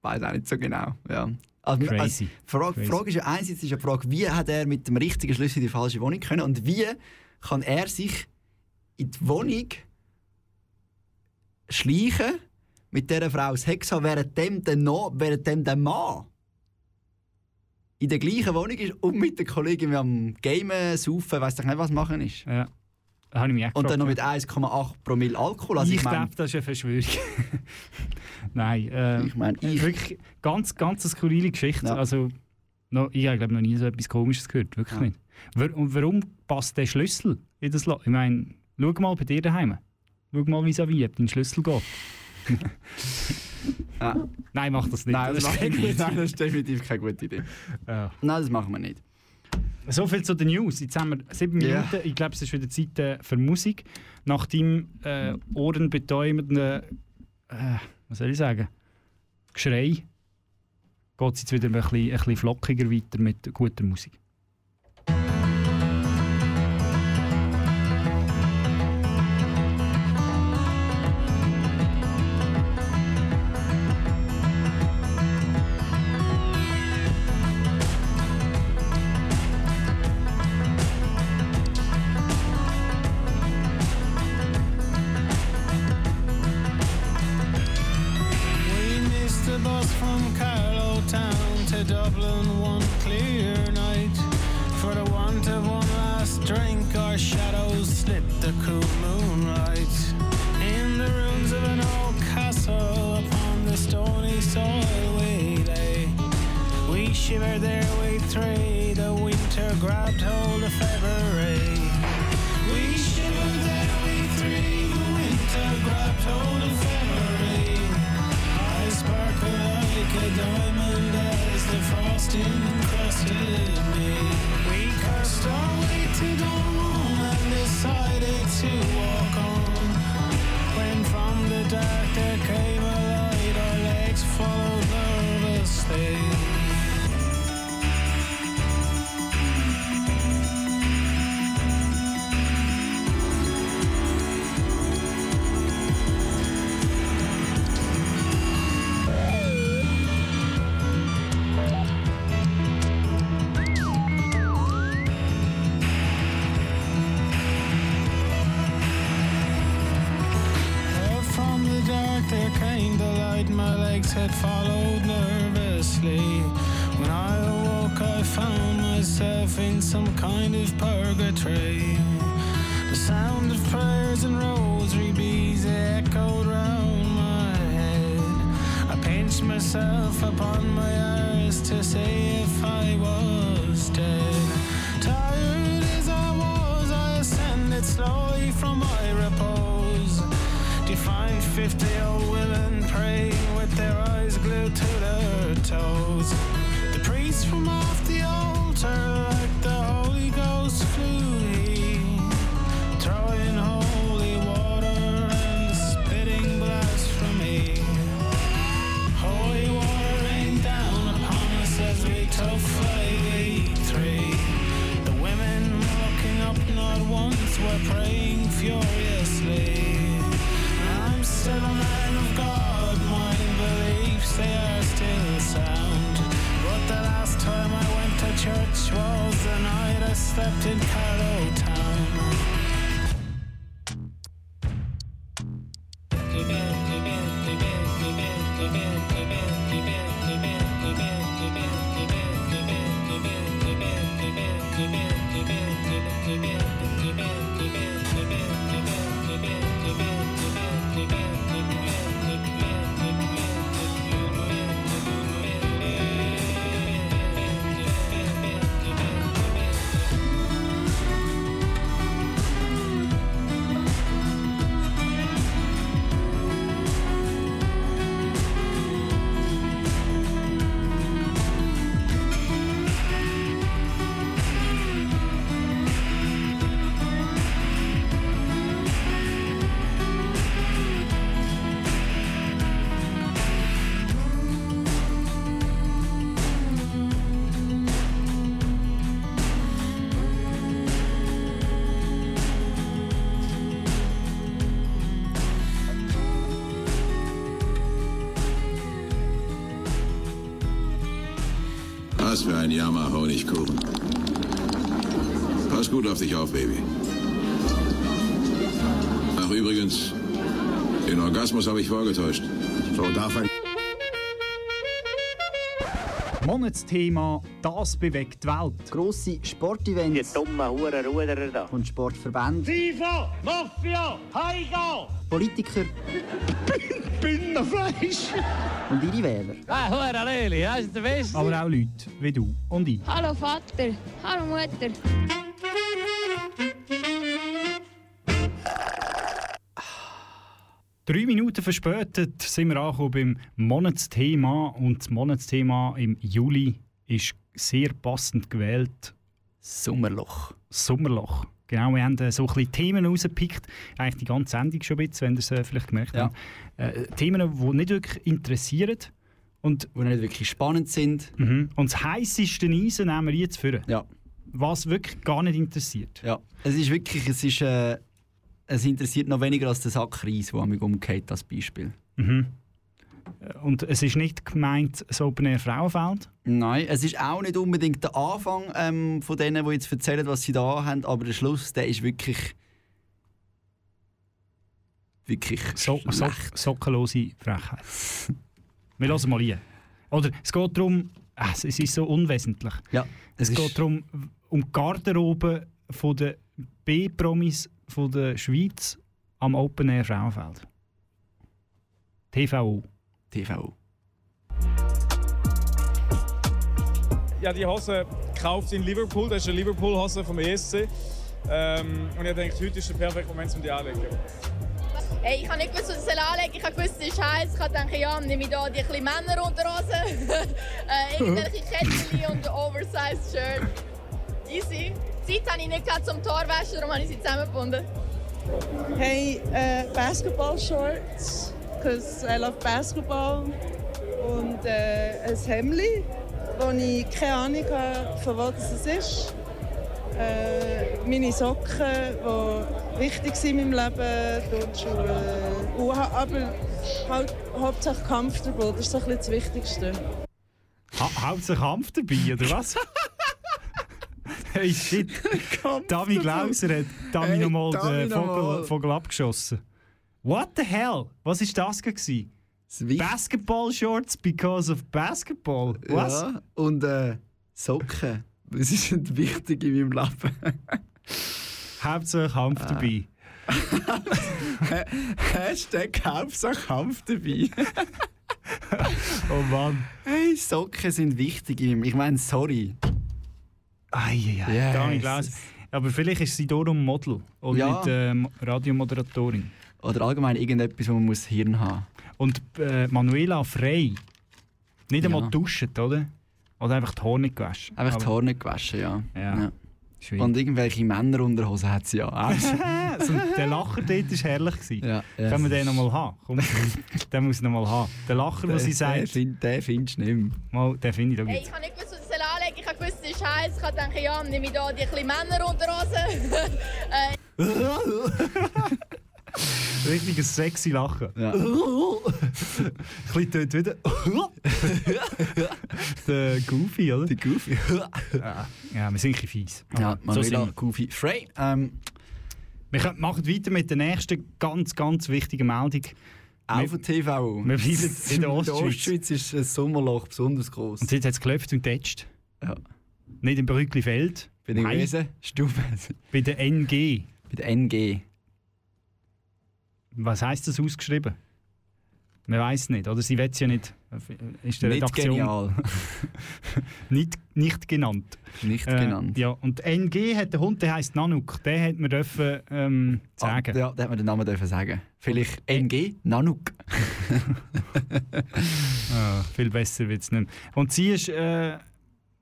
Speaker 7: weiß auch nicht so genau. Ja. Also,
Speaker 6: Crazy.
Speaker 7: Also, Frage,
Speaker 6: Crazy.
Speaker 7: Frage ist ja einerseits ist ja die Frage, wie hat er mit dem richtigen Schlüssel in die falsche Wohnung können und wie kann er sich in die Wohnung schleichen mit dieser Frau das Hex haben, während dem der, no, während dem der Mann in der gleichen Wohnung ist und mit der Kollegin am Gamen, Saufen, weiss doch nicht, was machen ist.
Speaker 6: Ja. Da habe ich mich auch
Speaker 7: Und
Speaker 6: gefragt,
Speaker 7: dann noch
Speaker 6: ja.
Speaker 7: mit 1,8 Promille Alkohol. Also
Speaker 6: ich
Speaker 7: ich meine,
Speaker 6: glaube, das ist eine Verschwörung. Nein, äh,
Speaker 7: Ich mein, ich-
Speaker 6: wirklich ganz, ganz eine skurrile Geschichte.
Speaker 7: Ja.
Speaker 6: Also, noch, ich habe glaub, noch nie so etwas Komisches gehört, wirklich
Speaker 7: Ja.
Speaker 6: nicht. Wa- und warum passt der Schlüssel in das Loch? Ich meine, schau mal bei dir daheim. Schau mal vis-à-vis, ob dein Schlüssel geht. Nein, mach das nicht.
Speaker 7: nein, das,
Speaker 6: ist
Speaker 7: machen wir
Speaker 6: keine
Speaker 7: nicht.
Speaker 6: gute
Speaker 7: nein, das ist definitiv keine gute Idee.
Speaker 6: Ja.
Speaker 7: Nein, das machen wir nicht.
Speaker 6: So viel zu den News. Jetzt haben wir sieben
Speaker 7: Ja.
Speaker 6: Minuten. Ich glaube, es ist wieder Zeit äh, für Musik. Nach deinem äh, ohrenbetäubenden, äh, was soll ich sagen, Geschrei geht es jetzt wieder ein bisschen, ein bisschen flockiger weiter mit guter Musik.
Speaker 13: Thank
Speaker 14: shiver their way through. The winter grabbed hold of February. We shiver their way through. The winter grabbed hold of February. Eyes sparkle like a diamond as the frost encrusted me. We cursed our way to dawn and decided to walk on. When from the dark there came a light, our legs followed nervously. Out from the dark there came the light my legs had followed nervously. When I awoke, I found myself in some kind of purgatory. The sound of prayers and rosary beads echoed round my head. I pinched myself upon my eyes to see if I was dead. Tired as I was, I ascended slowly from my repose. Defined 50 old women praying with their eyes glued to their toes. The priest from off the altar, like the Holy Ghost, flew he, throwing holy water and spitting blasphemy. Holy water rained down upon us as we took flight three. The women walking up not once were praying furiously. I'm still a man of God, my beliefs they are still sound. But the last time I went to church was the night I slept in Carrow Town.
Speaker 18: Was für ein Jammer, Honigkuchen. Pass gut auf dich auf, Baby. Ach, übrigens, den Orgasmus habe ich vorgetäuscht. So darf ein...
Speaker 6: Monatsthema, das bewegt die Welt.
Speaker 7: Grosse Sportevents. Die dummen Hurenruderer da. Und Sportverbände.
Speaker 8: FIFA, Mafia, Heiga!
Speaker 7: Politiker.
Speaker 8: Binnenfleisch!
Speaker 7: Und ihre Wähler.
Speaker 8: Ah, Hurenleli, das ist der Beste!
Speaker 6: Aber auch Leute wie du und ich.
Speaker 3: Hallo Vater, hallo Mutter.
Speaker 6: Drei Minuten verspätet sind wir angekommen beim Monatsthema und das Monatsthema im Juli ist sehr passend gewählt.
Speaker 7: Sommerloch.
Speaker 6: Sommerloch. Genau, wir haben äh, so ein bisschen Themen rausgepickt, eigentlich die ganze Sendung schon ein bisschen, wenn ihr es äh, vielleicht gemerkt habt. Äh, Themen, die nicht wirklich interessieren und
Speaker 7: die nicht wirklich spannend sind.
Speaker 6: Mhm. Und das heisseste Eisen nehmen wir jetzt vor.
Speaker 7: Ja.
Speaker 6: Was wirklich gar nicht interessiert.
Speaker 7: Ja. Es ist wirklich, es ist, äh, es interessiert noch weniger als der Sack Reis, der mich umgeht, als Beispiel.
Speaker 6: Mhm. Äh, Und es ist nicht gemeint, das Open Air Frauenfeld.
Speaker 7: Nein, es ist auch nicht unbedingt der Anfang ähm, von denen, die jetzt erzählen, was sie da haben, aber der Schluss, der ist wirklich... Wirklich
Speaker 6: So, so, sockenlose Frechheit. wir hören mal rein. Oder es geht darum, ah, es es ist so unwesentlich.
Speaker 7: Ja,
Speaker 6: es
Speaker 7: es ist-
Speaker 6: geht darum, um die Garderobe von der B-Promis von der Schweiz am Open Air Frauenfeld. TVO.
Speaker 7: TVO.
Speaker 19: ja, die Hose gekauft in Liverpool. Das ist eine Liverpool-Hose vom ESC. Ähm, und ich denke, heute ist der perfekte Moment, um die anzulegen.
Speaker 20: Hey, ich habe nicht gewusst, was ich anlegen soll. Ich habe gewusst, es ist heiß. Ich dachte, ja, nehme ich hier die kleinen Männer unterhosen, äh, irgendwelche Kettchen und oversized Shirt. Easy. Zeit habe ich nicht gehabt zum Torwäsche, darum habe ich sie zusammengebunden.
Speaker 21: Hey, uh, basketball shorts, because I love basketball. Und äh, ein Hemdli, wo ich keine Ahnung habe, von wo das es ist. Äh, meine Socken, die wichtig sind in meinem Leben, Turnschuhe. Und ha- aber halt, hauptsächlich comfortable, das ist so ein bisschen das Wichtigste.
Speaker 6: Ha haut sich Kampf dabei, oder was? hey, shit. Dami Glauser hat Dami
Speaker 7: Hey,
Speaker 6: nochmal
Speaker 7: Dami
Speaker 6: den Vogel,
Speaker 7: nochmal.
Speaker 6: Vogel abgeschossen. What the hell? Was war das? gewesen? Basketball Shorts because of Basketball. Was?
Speaker 7: Ja, und äh, Socken. Das ist wichtig in meinem Leben. Ah.
Speaker 6: Hauptsache Kampf dabei.
Speaker 7: Hashtag Hauptsache Kampf dabei.
Speaker 6: oh Mann.
Speaker 7: Hey, Socken sind wichtig in meinem Ich meine, sorry.
Speaker 6: Eieiei,
Speaker 7: Yes.
Speaker 6: Dami Glauser. Aber vielleicht ist sie darum Model oder
Speaker 7: Ja.
Speaker 6: nicht ähm, Radiomoderatorin.
Speaker 7: Oder allgemein irgendetwas, wo man muss Hirn haben
Speaker 6: Und äh, Manuela Frey. Nicht einmal
Speaker 7: Ja.
Speaker 6: duschen, oder? Oder einfach die Haare nicht gewaschen.
Speaker 7: Einfach die
Speaker 6: Aber-
Speaker 7: Haare nicht gewaschen, ja.
Speaker 6: Ja. Schwierig.
Speaker 7: Und irgendwelche Männerunterhosen hat sie ja auch.
Speaker 6: so, der Lacher dort war herrlich. Gewesen.
Speaker 7: Ja, ja.
Speaker 6: Können wir den nochmal haben? Komm, den muss ich nochmal haben. Der Lacher,
Speaker 7: Den-
Speaker 6: was sie
Speaker 7: den
Speaker 6: sagt.
Speaker 7: Den findest du nicht mehr.
Speaker 6: Mal, den finde ich doch
Speaker 20: Hey,
Speaker 6: gut.
Speaker 20: ich habe nicht gewusst, was ich anlegen soll. Ich habe gewusst, es ist heiß. Ich dachte, ja, nehme ich hier die kleinen Männer unterhosen. äh,
Speaker 6: Richtig ein sexy Lachen.
Speaker 7: Ja.
Speaker 6: Ein bisschen tönt wieder. der Goofy, oder? Der
Speaker 7: Goofy.
Speaker 6: ja, ja, wir sind ein bisschen fies.
Speaker 7: Ja,
Speaker 6: Aber so
Speaker 7: Manuela
Speaker 6: sind wir.
Speaker 7: Goofy Frey. Ähm,
Speaker 6: Wir können- machen weiter mit der nächsten ganz, ganz wichtigen Meldung.
Speaker 7: Auch
Speaker 6: Wir-
Speaker 7: von TV.
Speaker 6: Wir bleiben in der Ostschweiz.
Speaker 7: Ostschweiz ist das Sommerloch besonders groß.
Speaker 6: Und jetzt hat es geklopft und tätscht.
Speaker 7: Ja.
Speaker 6: Nicht im Brücklifeld.
Speaker 7: Bin ich gewesen? Stube.
Speaker 6: Bei der NG.
Speaker 7: Bei der NG.
Speaker 6: Was heisst das ausgeschrieben? Man weiß es nicht, oder? Sie will es ja nicht. Ist der
Speaker 7: Nicht
Speaker 6: Redaktion
Speaker 7: genial.
Speaker 6: nicht, nicht genannt. Äh,
Speaker 7: Nicht genannt.
Speaker 6: Ja, und der NG hat den Hund, der heisst Nanuk. Den hätten wir dürfen ähm, sagen.
Speaker 7: Ah, Ja, da hat man den Namen dürfen sagen. Vielleicht NG Nanuk.
Speaker 6: Ah, viel besser wird es nicht mehr. Und sie ist äh,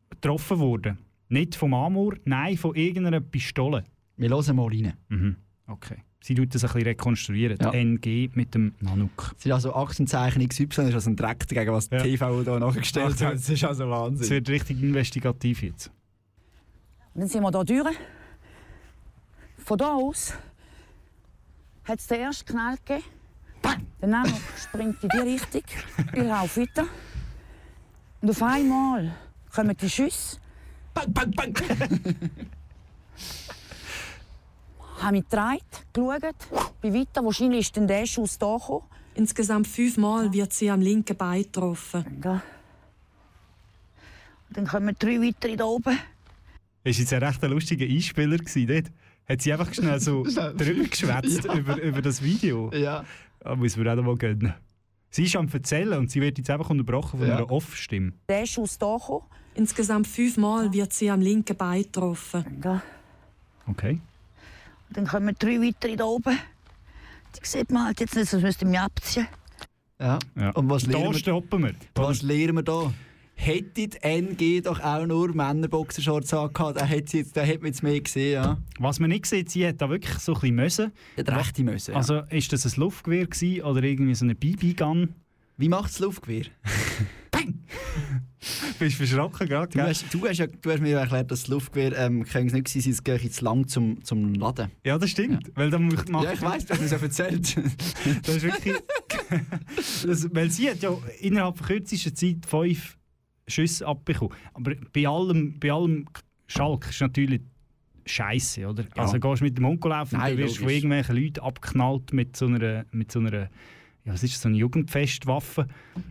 Speaker 6: getroffen worden. Nicht vom Amor, nein, von irgendeiner Pistole.
Speaker 7: Wir hören mal rein.
Speaker 6: Mhm. Okay. Sie tut das ein bisschen rekonstruieren.
Speaker 7: Ja.
Speaker 6: NG mit dem Nanuk.
Speaker 7: Es ist also Aktenzeichen XY, das ist also ein Dreck gegen was die TV da nachgestellt
Speaker 6: Achtung.
Speaker 7: hat. Das ist also
Speaker 6: Es
Speaker 7: Wahnsinn.
Speaker 6: wird richtig investigativ jetzt.
Speaker 22: Und dann sind wir hier durch. Von hier aus hat es den ersten Knall gegeben. Der Nano springt in die Richtung. Ich laufe weiter. Und auf einmal kommen die Schüsse. Bang, bang, bang! habe mich gedreht, geschaut, bin weiter. Wahrscheinlich ist dann der Schuss hier gekommen.
Speaker 23: Insgesamt fünfmal wird sie am linken Bein getroffen.
Speaker 22: Dann kommen drei weitere da oben.
Speaker 6: Ist jetzt ein recht lustiger Einspieler gewesen, nicht? Hat sie einfach schnell so drüber geschwätzt über, über das Video?
Speaker 7: Ja.
Speaker 6: Ah, muss man auch noch mal gönnen. Sie ist am Erzählen und sie wird jetzt einfach unterbrochen von einer Off-Stimme.
Speaker 22: Der Schuss hier gekommen.
Speaker 23: Insgesamt fünfmal wird sie am linken Bein getroffen.
Speaker 6: Okay.
Speaker 22: Dann kommen drei weitere da oben. Die sieht man halt jetzt nicht, sonst müsste ich mich abziehen.
Speaker 7: Ja.
Speaker 6: Ja.
Speaker 7: Und was
Speaker 6: da
Speaker 7: lernen wir?
Speaker 6: stoppen wir.
Speaker 7: Was lernen wir da? Hätte die NG doch auch nur Männerboxershorts angehabt, dann hätte, sie jetzt, dann hätte man jetzt mehr gesehen, ja.
Speaker 6: Was man nicht sieht, sie hat da wirklich so ein bisschen Möse.
Speaker 7: Ja, rechte Möse, ja.
Speaker 6: Also ist das ein Luftgewehr gewesen oder irgendwie so eine BB-Gun?
Speaker 7: Wie macht das Luftgewehr?
Speaker 6: Bist verschrocken gerade,
Speaker 7: Du hast, du, hast ja, du hast mir ja erklärt, dass das Luftgewehr ähm, könnte es nicht sein, es geht zu lang zum, zum Laden.
Speaker 6: Ja, das stimmt. Weil dann macht
Speaker 7: Ja, ich weiss, du hast mir ja erzählt.
Speaker 6: das ist wirklich... das, weil sie hat ja innerhalb von kürzester Zeit fünf Schüsse abbekommen. Aber bei allem, bei allem Schalk ist natürlich Scheiße, oder?
Speaker 7: Ja.
Speaker 6: Also gehst du mit dem Onkel laufen
Speaker 7: Nein,
Speaker 6: und du wirst von
Speaker 7: logisch.
Speaker 6: irgendwelchen Leuten abgeknallt mit so einer, mit so einer ja, was ist das, so eine Jugendfestwaffe.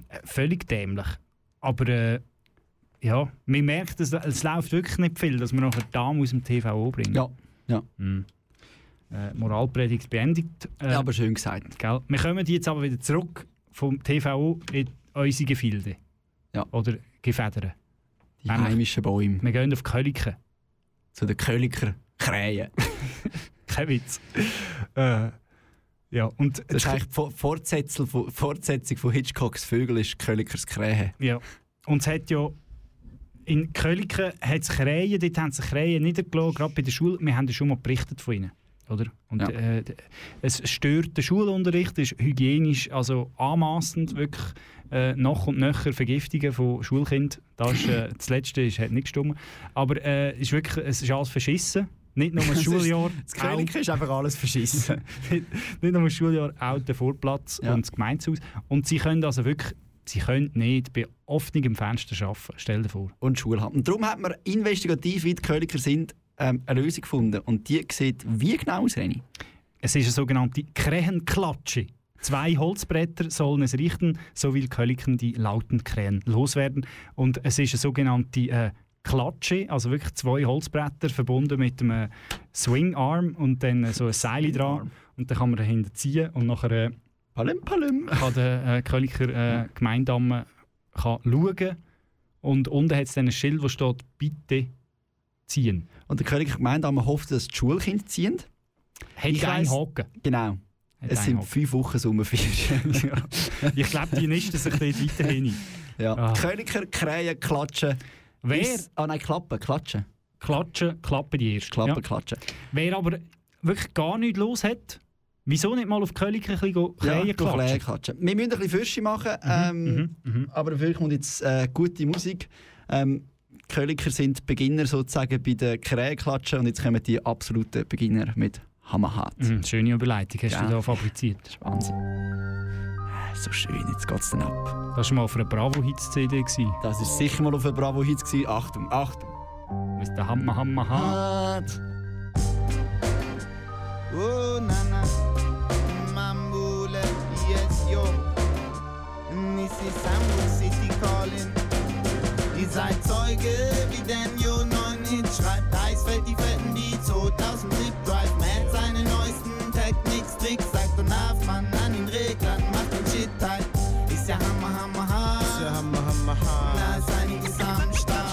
Speaker 6: Äh, Völlig dämlich. Aber äh, ja, man merkt, es, es läuft wirklich nicht viel, dass man nachher Damen aus dem TV bringen. Hm.
Speaker 7: Ja, ja.
Speaker 6: Äh, Moralpredigt beendigt. Äh,
Speaker 7: ja, aber schön gesagt.
Speaker 6: Gell? Wir kommen jetzt aber wieder zurück vom TVO in unsere Gefilde.
Speaker 7: Ja.
Speaker 6: Oder Gefedern.
Speaker 7: In heimischen Bäumen.
Speaker 6: Wir gehen auf Köliken.
Speaker 7: Zu den Köliker Krähen.
Speaker 6: Kein Witz. äh, ja, und
Speaker 7: Das ist eigentlich die Vor- Fortsetzung von, Fortsetzung von Hitchcocks Vögel ist Kölikers Krähe.
Speaker 6: Ja. Und es hat ja in Köliken hat es Krähen, dort haben sie Krähen niedergelassen, gerade bei der Schule. Wir haben ja schon mal berichtet von ihnen. Oder? Und
Speaker 7: Ja.
Speaker 6: äh, d- es stört den Schulunterricht, ist hygienisch, also anmaßend, wirklich äh, nach und nach Vergiftungen von Schulkindern. Das, ist, äh, das Letzte ist, hat nicht gestummen. Aber äh, ist wirklich, es ist alles verschissen. Nicht nur das
Speaker 7: Es ist-
Speaker 6: Schuljahr.
Speaker 7: das Köliken ist einfach alles verschissen.
Speaker 6: nicht, nicht nur das Schuljahr, auch der Vorplatz
Speaker 7: Ja.
Speaker 6: und das Gemeindehaus. Und sie können also wirklich, sie können nicht bei offenem Fenster arbeiten, stell dir vor.
Speaker 7: Und Schule haben. Und darum hat man investigativ, wie die Köliker sind, ähm, eine Lösung gefunden. Und die sieht wie genau aus, Reni?
Speaker 6: Es ist eine sogenannte Krähenklatsche. Zwei Holzbretter sollen es richten, so will Köliken die lauten Krähen loswerden. Und es ist eine sogenannte äh, Klatsche, also wirklich zwei Holzbretter verbunden mit einem äh, Swingarm und dann äh, so ein Seil dran. Und dann kann man dahinter ziehen und nachher äh,
Speaker 7: palim, palim.
Speaker 6: kann der äh, Köliker äh, Gemeindamme kann schauen. Und unten hat es dann ein Schild, wo steht «Bitte ziehen».
Speaker 7: Und der Köliker Gemeindamme ah, hofft, dass die Schulkinder ziehen.
Speaker 6: Hat
Speaker 7: Ich
Speaker 6: einen
Speaker 7: weiss-
Speaker 6: Haken.
Speaker 7: Genau.
Speaker 6: Hat
Speaker 7: es
Speaker 6: einen
Speaker 7: sind
Speaker 6: Haken.
Speaker 7: fünf Wochen Sommerferien.
Speaker 6: Ich glaube, die nisten sich dort weiterhin ein.
Speaker 7: ja.
Speaker 6: Ah.
Speaker 7: Köliker, Krähen, Klatschen.
Speaker 6: Wer-
Speaker 7: Bis- Ah nein, Klappen, Klatschen.
Speaker 6: Klatschen, klappen die erst.
Speaker 7: Klappen,
Speaker 6: Ja.
Speaker 7: Klatschen.
Speaker 6: Wer aber wirklich gar nichts los hat, wieso nicht mal auf Köliken ein bisschen go- Krähen Mhm,
Speaker 7: ja, durch Krähen klatschen. Wir müssen ein bisschen Fürsche machen, ähm, aber dafür kommt jetzt äh, gute Musik. Ähm, die Köliker sind Beginner sozusagen bei den Krähenklatschen und jetzt kommen die absoluten Beginner mit Hammerhart.
Speaker 6: Mhm, schöne Überleitung, hast du da fabriziert. Das ist
Speaker 7: Wahnsinn. Ah, So schön, jetzt geht's dann ab.
Speaker 6: Das war mal auf einer Bravo-Hits-CD.
Speaker 7: Das war sicher mal auf einer Bravo-Hits. gewesen. Achtung, Achtung.
Speaker 6: Mit der Hammer, Hammer,
Speaker 7: Hammer.
Speaker 1: Oh nana, Mambula, yes yo. Mrs. Sambo City calling. Ihr seid Zeuge, wie Daniel 9 Hit schreibt. Heißfeld die Fetten, die 2000 Zip Drive. Man seine neuesten Techniks, Tricks. Sagt und auf, man an den Reglern, macht den Shit halt. Ist ja Hammer, Hammer, hart. Ist ja Hammer, Hammer, hart. Da ist einiges am Start.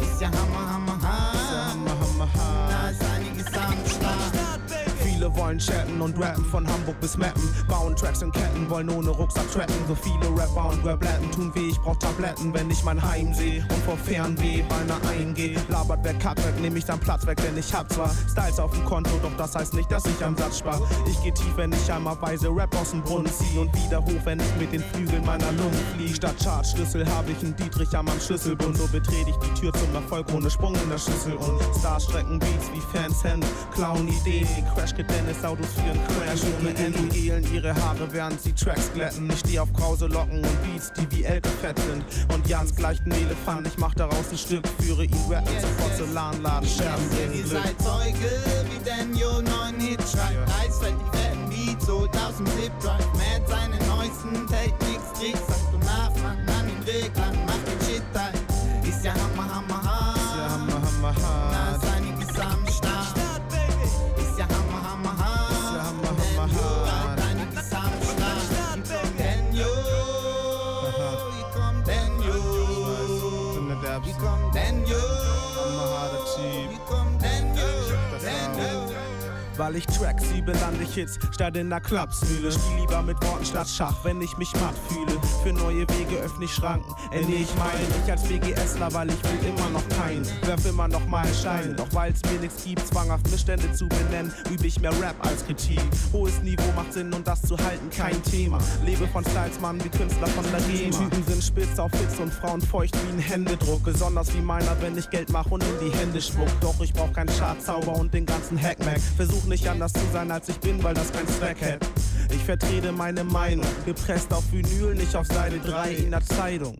Speaker 1: Ist ja Hammer, Hammer, hart. Ist ja Hammer, Hammer, hart. Da ist einiges am Start.
Speaker 4: Viele wollen chatten und rappen von Hamburg bis Mappen. Bauen Tracks in Ketten, wollen ohne Rucksack trappen. So viele Rapper und Rabletten tun weh, ich brauch Tabletten, wenn ich mein Heim seh und vor Fernweh beinahe eingeh. Labert wer Cut weg, nehm ich dann Platz weg, denn ich hab zwar Styles auf dem Konto, doch das heißt nicht, dass ich am Satz spar. Ich geh tief, wenn ich einmal weise Rap aus dem Brunnen zieh und wieder hoch, wenn ich mit den Flügeln meiner Lungen flieh. Statt Chartschlüssel hab ich einen Dietrich am Schlüsselbund. So betret ich die Tür zum Erfolg ohne Sprung in der Schüssel und Stars strecken Beats wie Fans Hände, klauen Ideen, die Crash geht Dennis Autos für einen Crash ohne Ende. Gelen ihre Haare, während sie Tracks glätten. Ich steh auf krause Locken und Beats, die wie Elke fett sind. Und Jans gleicht ein Elefant, ich mach daraus ein Stück, führe ihn rappen zum Porzellanladen, Scherben bringen
Speaker 1: Ihr
Speaker 4: Glück.
Speaker 1: seid Zeuge, wie Daniel 9 Hit schreibt. Eisfeld die fetten Beats, so aus dem Zip Drive. Man seine neuesten Techniks, Tricks. Sagt um und nachmachen an den Weg lang, macht den Shit ein. Ist ja Hammer, Hammer, hart. Ist ja Hammer, Hammer, hart. Da ist einiges am Start. Ist ja Hammer, Hammer, hart. Ist ja Hammer, Hammer, hart. Einiges am Start. Daniel, hier kommt Daniel. Hier kommt Daniel. Hier kommt Daniel. Daniel.
Speaker 4: Weil ich Tracks liebe, lande ich Hits statt in der Klapsmühle. Spiel lieber mit Worten statt Schach, wenn ich mich matt fühle. Für neue Wege öffne ich Schranken, ernähre ich meinen. Ich als BGSler, weil ich will immer noch keinen. Werf immer noch mal einen Stein. Doch weil's mir nichts gibt, zwanghaft Missstände zu benennen, übe ich mehr Rap als Kritik. Hohes Niveau macht Sinn und das zu halten kein Thema. Lebe von Styles, Mann, wie Künstler von der Rema. Typen sind spitz auf Hits und Frauen feucht wie ein Händedruck. Besonders wie meiner, wenn ich Geld mache und in die Hände spuck. Doch ich brauch keinen Schadzauber und den ganzen Hackmack. Versuch nicht anders zu sein, als ich bin, weil das keinen Zweck hat. Ich vertrete meine Meinung, gepresst auf Vinyl, nicht auf Seite 3 in der Zeitung.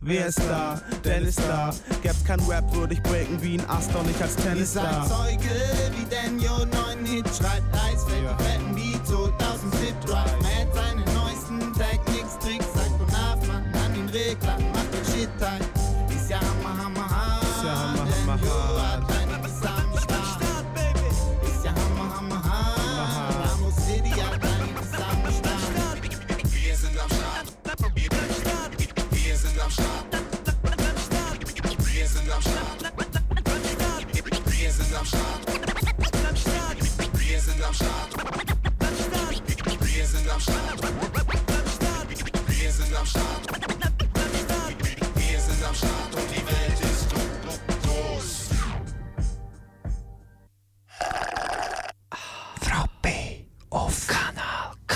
Speaker 4: Wer ist da? Dennis da. Gäb's kein Rap, würde ich breaken wie ein Ast, doch nicht als
Speaker 1: Ihr
Speaker 4: Tennisstar.
Speaker 1: seid Zeuge, wie Daniel 9 Hit schreibt Eisfeld, yeah. fetten Beat, 2000 Zip Drive. Matt seine neuesten Techniks, Tricks, sagt und nachmachen an den Regler, macht den Shit ein. Ist ja Hammer, Hammer, hart. Ist ja Hammer, Hammer, hart. Einiges am Start. Ist ja Hammer, Hammer, hart. Hammer, City hat einiges am Start. Wir sind am Start. Wir sind
Speaker 24: am
Speaker 1: am Start.
Speaker 24: Start. Am Start. Wir sind am Start. Am Start. Wir sind am Start. Am Start. Wir sind am Start. Am Start. Wir sind am Start und die Welt ist gro- gro- groß.
Speaker 25: Frappe auf Kanal K.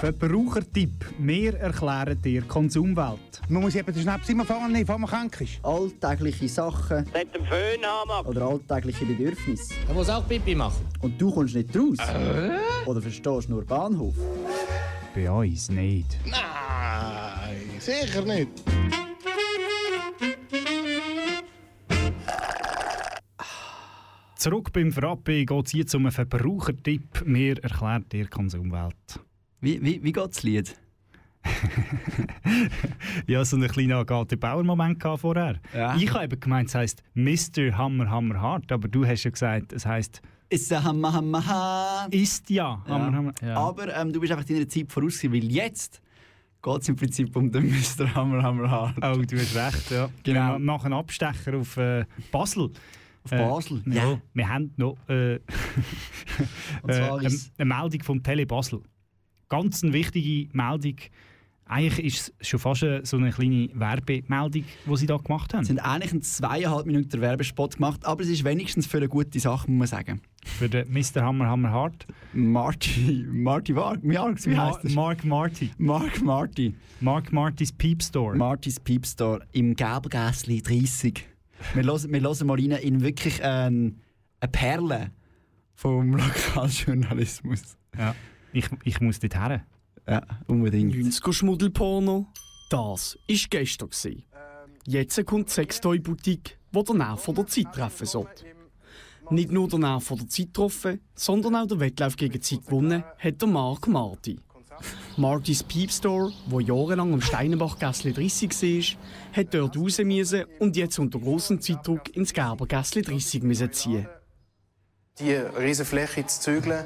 Speaker 8: Verbrauchertipp. Wir erklären dir Konsumwelt.
Speaker 26: Man muss eben den Schnaps immer fangen, bevor man krank ist.
Speaker 6: Alltägliche Sachen
Speaker 27: Mit dem Föhn haben
Speaker 6: oder alltägliche Bedürfnisse.
Speaker 27: Er muss auch Pipi machen.
Speaker 6: Und du kommst nicht raus.
Speaker 8: Äh?
Speaker 6: Oder verstehst nur Bahnhof.
Speaker 8: Bei uns nicht.
Speaker 26: Nein, sicher nicht.
Speaker 8: Zurück beim Frappe geht es jetzt um einen Verbrauchertipp. Wir erklären dir Konsumwelt.
Speaker 6: Wie, wie, wie geht das Lied?
Speaker 8: Ja, so einen kleinen Agathe Bauer-Moment gehabt vorher. Ich habe eben gemeint, es heisst Mr. Hammer Hammer Hart, aber du hast ja gesagt, es heisst
Speaker 6: Ist ja Hammer Hammer Hart.
Speaker 8: Ist ja Hammer Hammer.
Speaker 6: Aber ähm, du bist einfach deiner Zeit voraus, gewesen, weil jetzt geht es im Prinzip um den Mr. Hammer Hammer Hart.
Speaker 8: Oh, du hast recht, ja.
Speaker 6: Genau.
Speaker 8: Wir machen einen Abstecher auf äh, Basel. Auf
Speaker 6: Basel?
Speaker 8: Äh,
Speaker 6: Ja.
Speaker 8: ja. Wir haben noch äh, äh,
Speaker 6: zwar
Speaker 8: eine,
Speaker 6: ist-
Speaker 8: eine Meldung vom Tele Basel. Ganz eine wichtige Meldung. Eigentlich ist es schon fast äh, so eine kleine Werbemeldung, die sie da gemacht haben.
Speaker 6: Sie haben eigentlich einen zweieinhalb Minuten Werbespot gemacht, aber es ist wenigstens für eine gute Sache, muss man sagen.
Speaker 8: Für den Mr. Hammer Hammer Hart.
Speaker 6: Marty, Marty Warg, wie heißt
Speaker 8: Ma-
Speaker 6: das?
Speaker 8: Mark Marty.
Speaker 6: Mark Marty.
Speaker 8: Mark Martys Peep Store.
Speaker 6: Martys Peep Store im Gelbgässli 30. Wir hören, wir hören mal rein in wirklich ähm, eine Perle vom Lokaljournalismus.
Speaker 8: Ja, ich, ich muss dort her.
Speaker 6: Ja, unbedingt.
Speaker 7: 90er Schmuddelporno, das war gestern. gsi. Jetzt kommt die Sextoy-Boutique, die den Nerv von der Zeit treffen soll. Nicht nur der Nerv von der Zeit getroffen, sondern auch der Wettlauf gegen die Zeit gewonnen hat der Mark Marti. Martys Peep Store, wo jahrelang am Steinenbach-Gässli 30 war, hat dort raus müssen und jetzt unter großem Zeitdruck ins Gerber-Gässli 30 müssen ziehen.
Speaker 28: Die riesen Fläche zu zügeln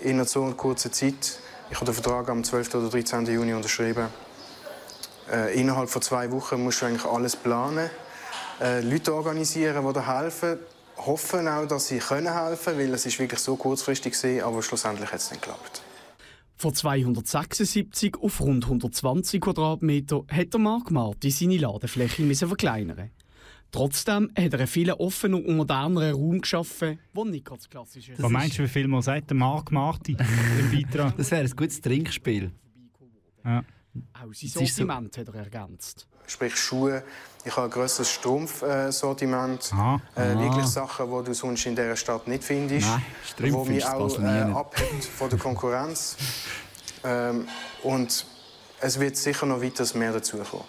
Speaker 28: in einer so kurzen Zeit. Ich habe den Vertrag am 12. oder 13. Juni unterschrieben. Äh, innerhalb von zwei Wochen musst du eigentlich alles planen, äh, Leute organisieren, die dir helfen, hoffen auch, dass sie können helfen, weil es ist wirklich so kurzfristig war, aber schlussendlich hat es nicht geklappt.
Speaker 7: Von 276 auf rund 120 Quadratmeter hat der Marc Marti seine Ladenfläche müssen verkleinern. Trotzdem hat er einen viel offenen und moderneren Raum geschaffen, wo nicht ganz klassisch ist.
Speaker 8: Was meinst du, wie viel man sagt, der Marc Marti im Beitrag?
Speaker 6: Das wäre ein gutes Trinkspiel.
Speaker 8: Ja.
Speaker 7: Auch sein
Speaker 28: Es ist so-
Speaker 7: Sortiment hat er ergänzt.
Speaker 28: Sprich Schuhe, ich habe ein grösseres Strumpfsortiment. Äh,
Speaker 7: Ah.
Speaker 28: wirklich Sachen, die du sonst in dieser Stadt nicht findest.
Speaker 7: Nein,
Speaker 28: die
Speaker 7: Strümpfe
Speaker 28: mich
Speaker 7: findest du
Speaker 28: auch
Speaker 7: in
Speaker 28: äh,
Speaker 7: Basel nie.
Speaker 28: abhebt von der Konkurrenz. ähm, und es wird sicher noch weiteres mehr dazukommen.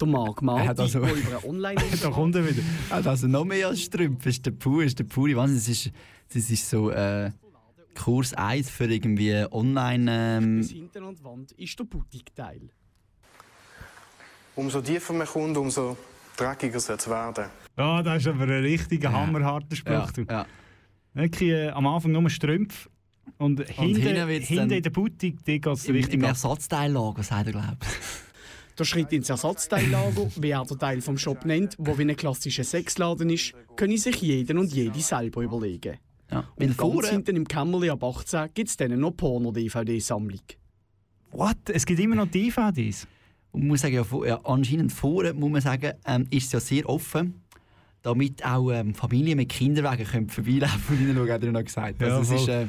Speaker 7: Der Marc Marti
Speaker 28: Er hat also-
Speaker 7: der über einen online
Speaker 8: da kommt er wieder.
Speaker 6: Also noch mehr als Strümpfe ist der Pur, ist der Puri. Wahnsinn, Das ist, das ist so äh, Kurs 1 für irgendwie online...
Speaker 7: Bis
Speaker 6: Ähm,
Speaker 7: hinten an die Wand ist der Boutique-Teil.
Speaker 28: Umso tiefer man kommt, umso dreckiger soll es werden.
Speaker 8: Ja, das ist aber ein richtiger hammerharter Spruch. du. Wirklich, äh, am Anfang nur Strümpfe und, hinten,
Speaker 7: hinten
Speaker 8: hinten,
Speaker 7: wird's dann-
Speaker 8: in der Boutique die geht's
Speaker 7: Im-
Speaker 8: richtig
Speaker 7: im
Speaker 8: ab.
Speaker 6: Ersatzteillager, sagt er, glaube
Speaker 7: Der Schritt ins Ersatzteillager, wie er den Teil vom Shop nennt, wo wie ein klassischer Sexladen ist, können sich jeden und jede selber überlegen.
Speaker 6: weil
Speaker 7: und ganz
Speaker 6: vorher-
Speaker 7: hinten im Kämmerli ab 18 gibt es dann noch Porno-DVD-Sammlung.
Speaker 8: What? Es gibt immer noch DVDs?
Speaker 6: Und man muss sagen, ja, vor, ja, anscheinend vorher muss man sagen, ähm, ist es ja sehr offen, damit auch ähm, Familien mit Kinderwagen können vorbeilaufen und hineinschauen, hat er noch gesagt.
Speaker 8: Ja,
Speaker 6: also, es ist,
Speaker 8: voll.
Speaker 6: äh,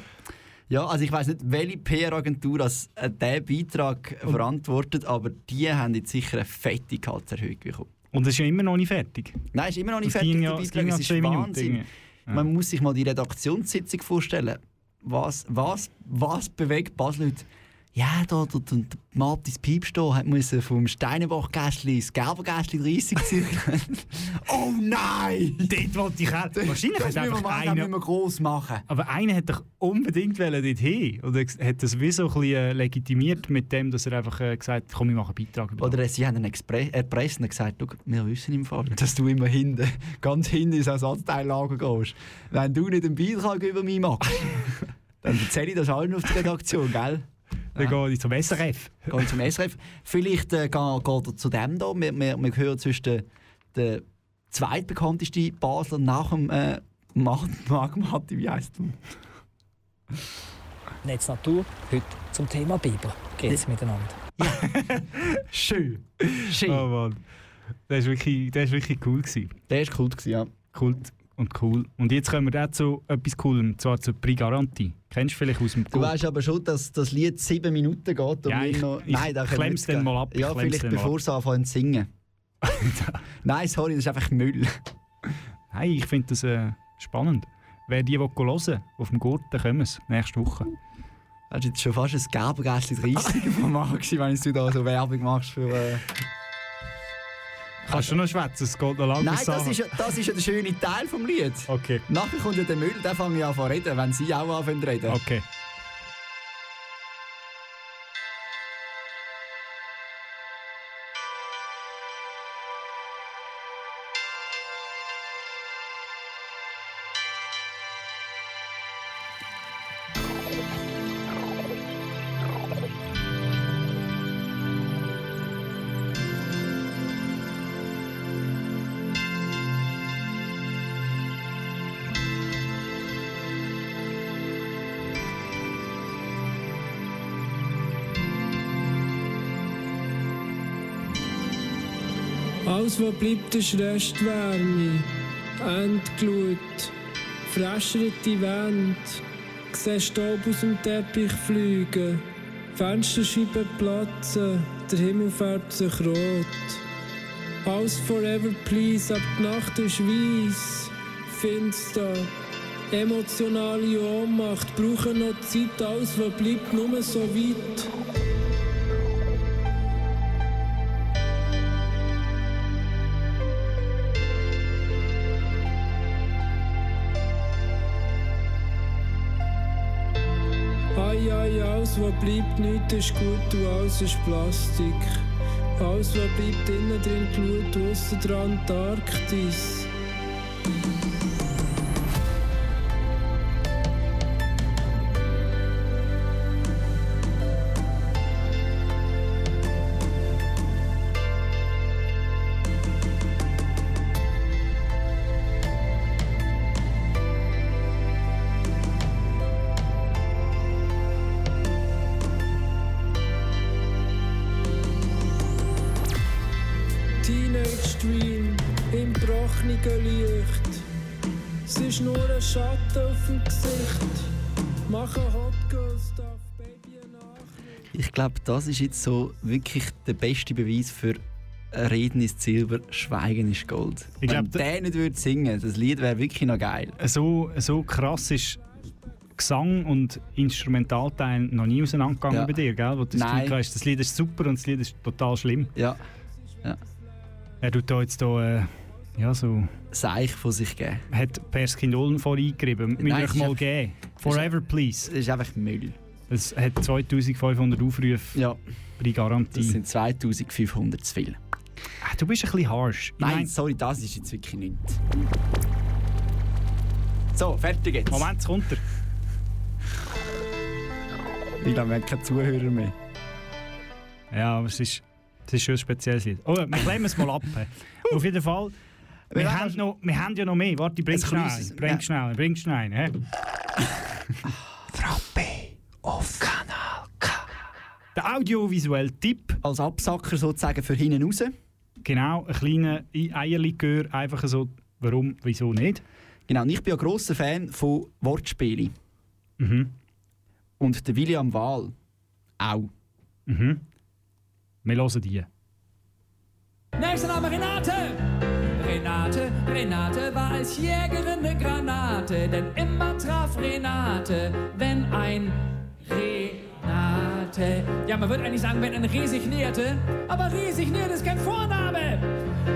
Speaker 6: ja, also ich weiß nicht, welche PR-Agentur als äh, diesen Beitrag verantwortet, aber die haben jetzt sicher eine fette Gehaltserhöhung bekommen.
Speaker 8: Und es ist ja immer noch nicht fertig.
Speaker 6: Nein, ist immer noch nicht
Speaker 8: Das
Speaker 6: fertig,
Speaker 8: ging
Speaker 6: der
Speaker 8: ja-
Speaker 6: Beitrag.
Speaker 8: es ging
Speaker 6: Es
Speaker 8: ja
Speaker 6: ist
Speaker 8: zehn Minuten
Speaker 6: Wahnsinn.
Speaker 8: irgendwie. Ja.
Speaker 6: Man muss sich mal die Redaktionssitzung vorstellen. Was, was, was bewegt Basel heute? Ja, da, da, da, da Martis Piepstoh hat müssen vom Steinenbach-Gässli ins Gelbergässli 30 zirkeln. oh nein!
Speaker 8: Dort wollte ich her. Wahrscheinlich
Speaker 6: das müssen
Speaker 8: hat
Speaker 6: wir machen,
Speaker 8: einfach
Speaker 6: das
Speaker 8: einer-
Speaker 6: müssen wir gross machen.
Speaker 8: Aber einer hat doch unbedingt wollen dort hin. Oder hat das wie so ein bisschen äh, legitimiert mit dem, dass er einfach äh, gesagt hat, komm, ich mache einen Beitrag über
Speaker 6: Oder sie haben einen Expre eh, erpresst und gesagt, «Schau, wir wissen im Fall, dass du immer hinten, ganz hinten ins Ersatzteillager gehst. Wenn du nicht einen Beitrag über mich machst, dann erzähle ich das allen auf der Redaktion, gell?
Speaker 8: Dann gehe ich zum SRF.
Speaker 6: Gehe zum SRF. Vielleicht äh, ge- geht er zu dem da. Wir, wir, wir hören zwischen den, den
Speaker 7: zweitbekannteste Basler nach dem äh, Martin Magmati, wie heisst er?
Speaker 9: Netz Natur, heute zum Thema Biber. Geht's miteinander.
Speaker 7: Schön. Schön.
Speaker 6: Oh Mann. Der war wirklich, der ist wirklich cool. Gewesen.
Speaker 7: Der war cool, gewesen, ja.
Speaker 6: Kult und cool. Und jetzt kommen wir auch zu etwas Coolem, und zwar zu Prigaranti. Kennst du vielleicht aus dem
Speaker 7: Du weißt aber schon, dass das Lied sieben Minuten geht. Und
Speaker 6: Ja,
Speaker 7: wir
Speaker 6: ich-
Speaker 7: noch,
Speaker 6: ich
Speaker 7: da können wir
Speaker 6: klemm's
Speaker 7: jetzt
Speaker 6: dann
Speaker 7: gehen.
Speaker 6: mal ab, ich
Speaker 7: Ja,
Speaker 6: klemm's
Speaker 7: vielleicht
Speaker 6: dann mal
Speaker 7: bevor sie anfangen zu singen. Nein, sorry, das ist einfach Müll.
Speaker 6: Nein, ich finde das äh, spannend. Wer die hören will, auf dem Gurten kommen sie nächste Woche.
Speaker 7: Hast du jetzt schon fast ein Gelbgässchen 30 von Max, wenn du da so Werbung machst für... Äh...
Speaker 6: Kannst du noch schwätzen? Es geht noch lange
Speaker 7: Nein,
Speaker 6: bis
Speaker 7: das
Speaker 6: Sachen.
Speaker 7: ist, ja, das ist ja der schöne Teil vom Lied.
Speaker 6: Okay.
Speaker 7: Nachher kommt ja der Müll, dann fange ich an zu reden, wenn sie auch anfangen zu reden.
Speaker 6: Okay.
Speaker 10: Alles, was Also bleibt, ist Restwärme, Endglut, veräscherte Wände, siehst Staub aus dem Teppich fliegen, Fensterscheiben platzen, der Himmel färbt sich rot. Alles forever please, ab die Nacht ist weiss, finster. Emotionale Ohnmacht, brauchen noch Zeit, alles, was bleibt, nur so weit. Ai, ai, alles, was bleibt, nichts ist gut und alles ist Plastik. Alles, was bleibt, innen drin die Glut, aussen der Antarktis. Teenage Dream im trockenen Licht. Es ist nur ein Schatten auf dem Gesicht. Machen Hot Girl Stuff.
Speaker 7: Ich glaube, das ist jetzt so wirklich der beste Beweis für Reden ist Silber, Schweigen ist Gold.
Speaker 6: Ich glaub,
Speaker 7: Wenn der nicht würde singen, das Lied wäre wirklich noch geil.
Speaker 6: So, so krass ist Gesang und Instrumentalteil noch nie auseinandergegangen
Speaker 7: Ja.
Speaker 6: bei dir, gell? Wo du das
Speaker 7: Nein.
Speaker 6: Gefühl hast, das Lied ist super und das Lied ist total schlimm.
Speaker 7: Ja.
Speaker 6: Er tut da jetzt da, äh, ja so...
Speaker 7: Seich von sich geben.
Speaker 6: Hat Perskin Ulm vor eingegriffen. Müsst
Speaker 7: Nein,
Speaker 6: ihr
Speaker 7: es
Speaker 6: euch
Speaker 7: ist
Speaker 6: mal
Speaker 7: einfach-
Speaker 6: geben. Forever Please. Dus
Speaker 7: Das ist einfach Müll.
Speaker 6: Es hat 2500 Aufrufe
Speaker 7: ja.
Speaker 6: bei Garantie. Ah,
Speaker 7: Das sind 2500 zu viel.
Speaker 6: Du bist ein bisschen harsh.
Speaker 7: Nein, sorry, das ist jetzt wirklich nicht. So, fertig jetzt.
Speaker 6: Moment, es kommt er.
Speaker 7: Ich glaube, wir haben keine Zuhörer mehr.
Speaker 6: Ja, aber es ist, es ist schon ein spezielles Lied. Oh, wir klemmen es mal ab. he. Auf jeden Fall. Wir, haben, noch, wir haben ja noch mehr. Warte, bring
Speaker 2: Es
Speaker 6: schnell
Speaker 2: grüßes-
Speaker 6: einen. Bring
Speaker 2: ja.
Speaker 6: schnell einen. Bring schnell einen. he.
Speaker 2: Frappe auf Kanal K.
Speaker 6: Der audiovisuelle Tipp.
Speaker 7: Als Absacker sozusagen für hinten raus.
Speaker 6: Genau, ein kleiner Ei- Eierlikör. Einfach so, warum, wieso nicht.
Speaker 7: Genau, und ich bin ein grosser Fan von Wortspielen.
Speaker 6: Mhm.
Speaker 7: Und der William Wahl auch.
Speaker 6: Mhm. Wir hören die.
Speaker 12: Nächster Name Renate. Renate, Renate war als Jägerin eine Granate, denn immer traf Renate, wenn ein Renate. Ja, man würde eigentlich sagen, wenn ein Reh sich näherte, aber Reh sich nähert ist kein Vorname.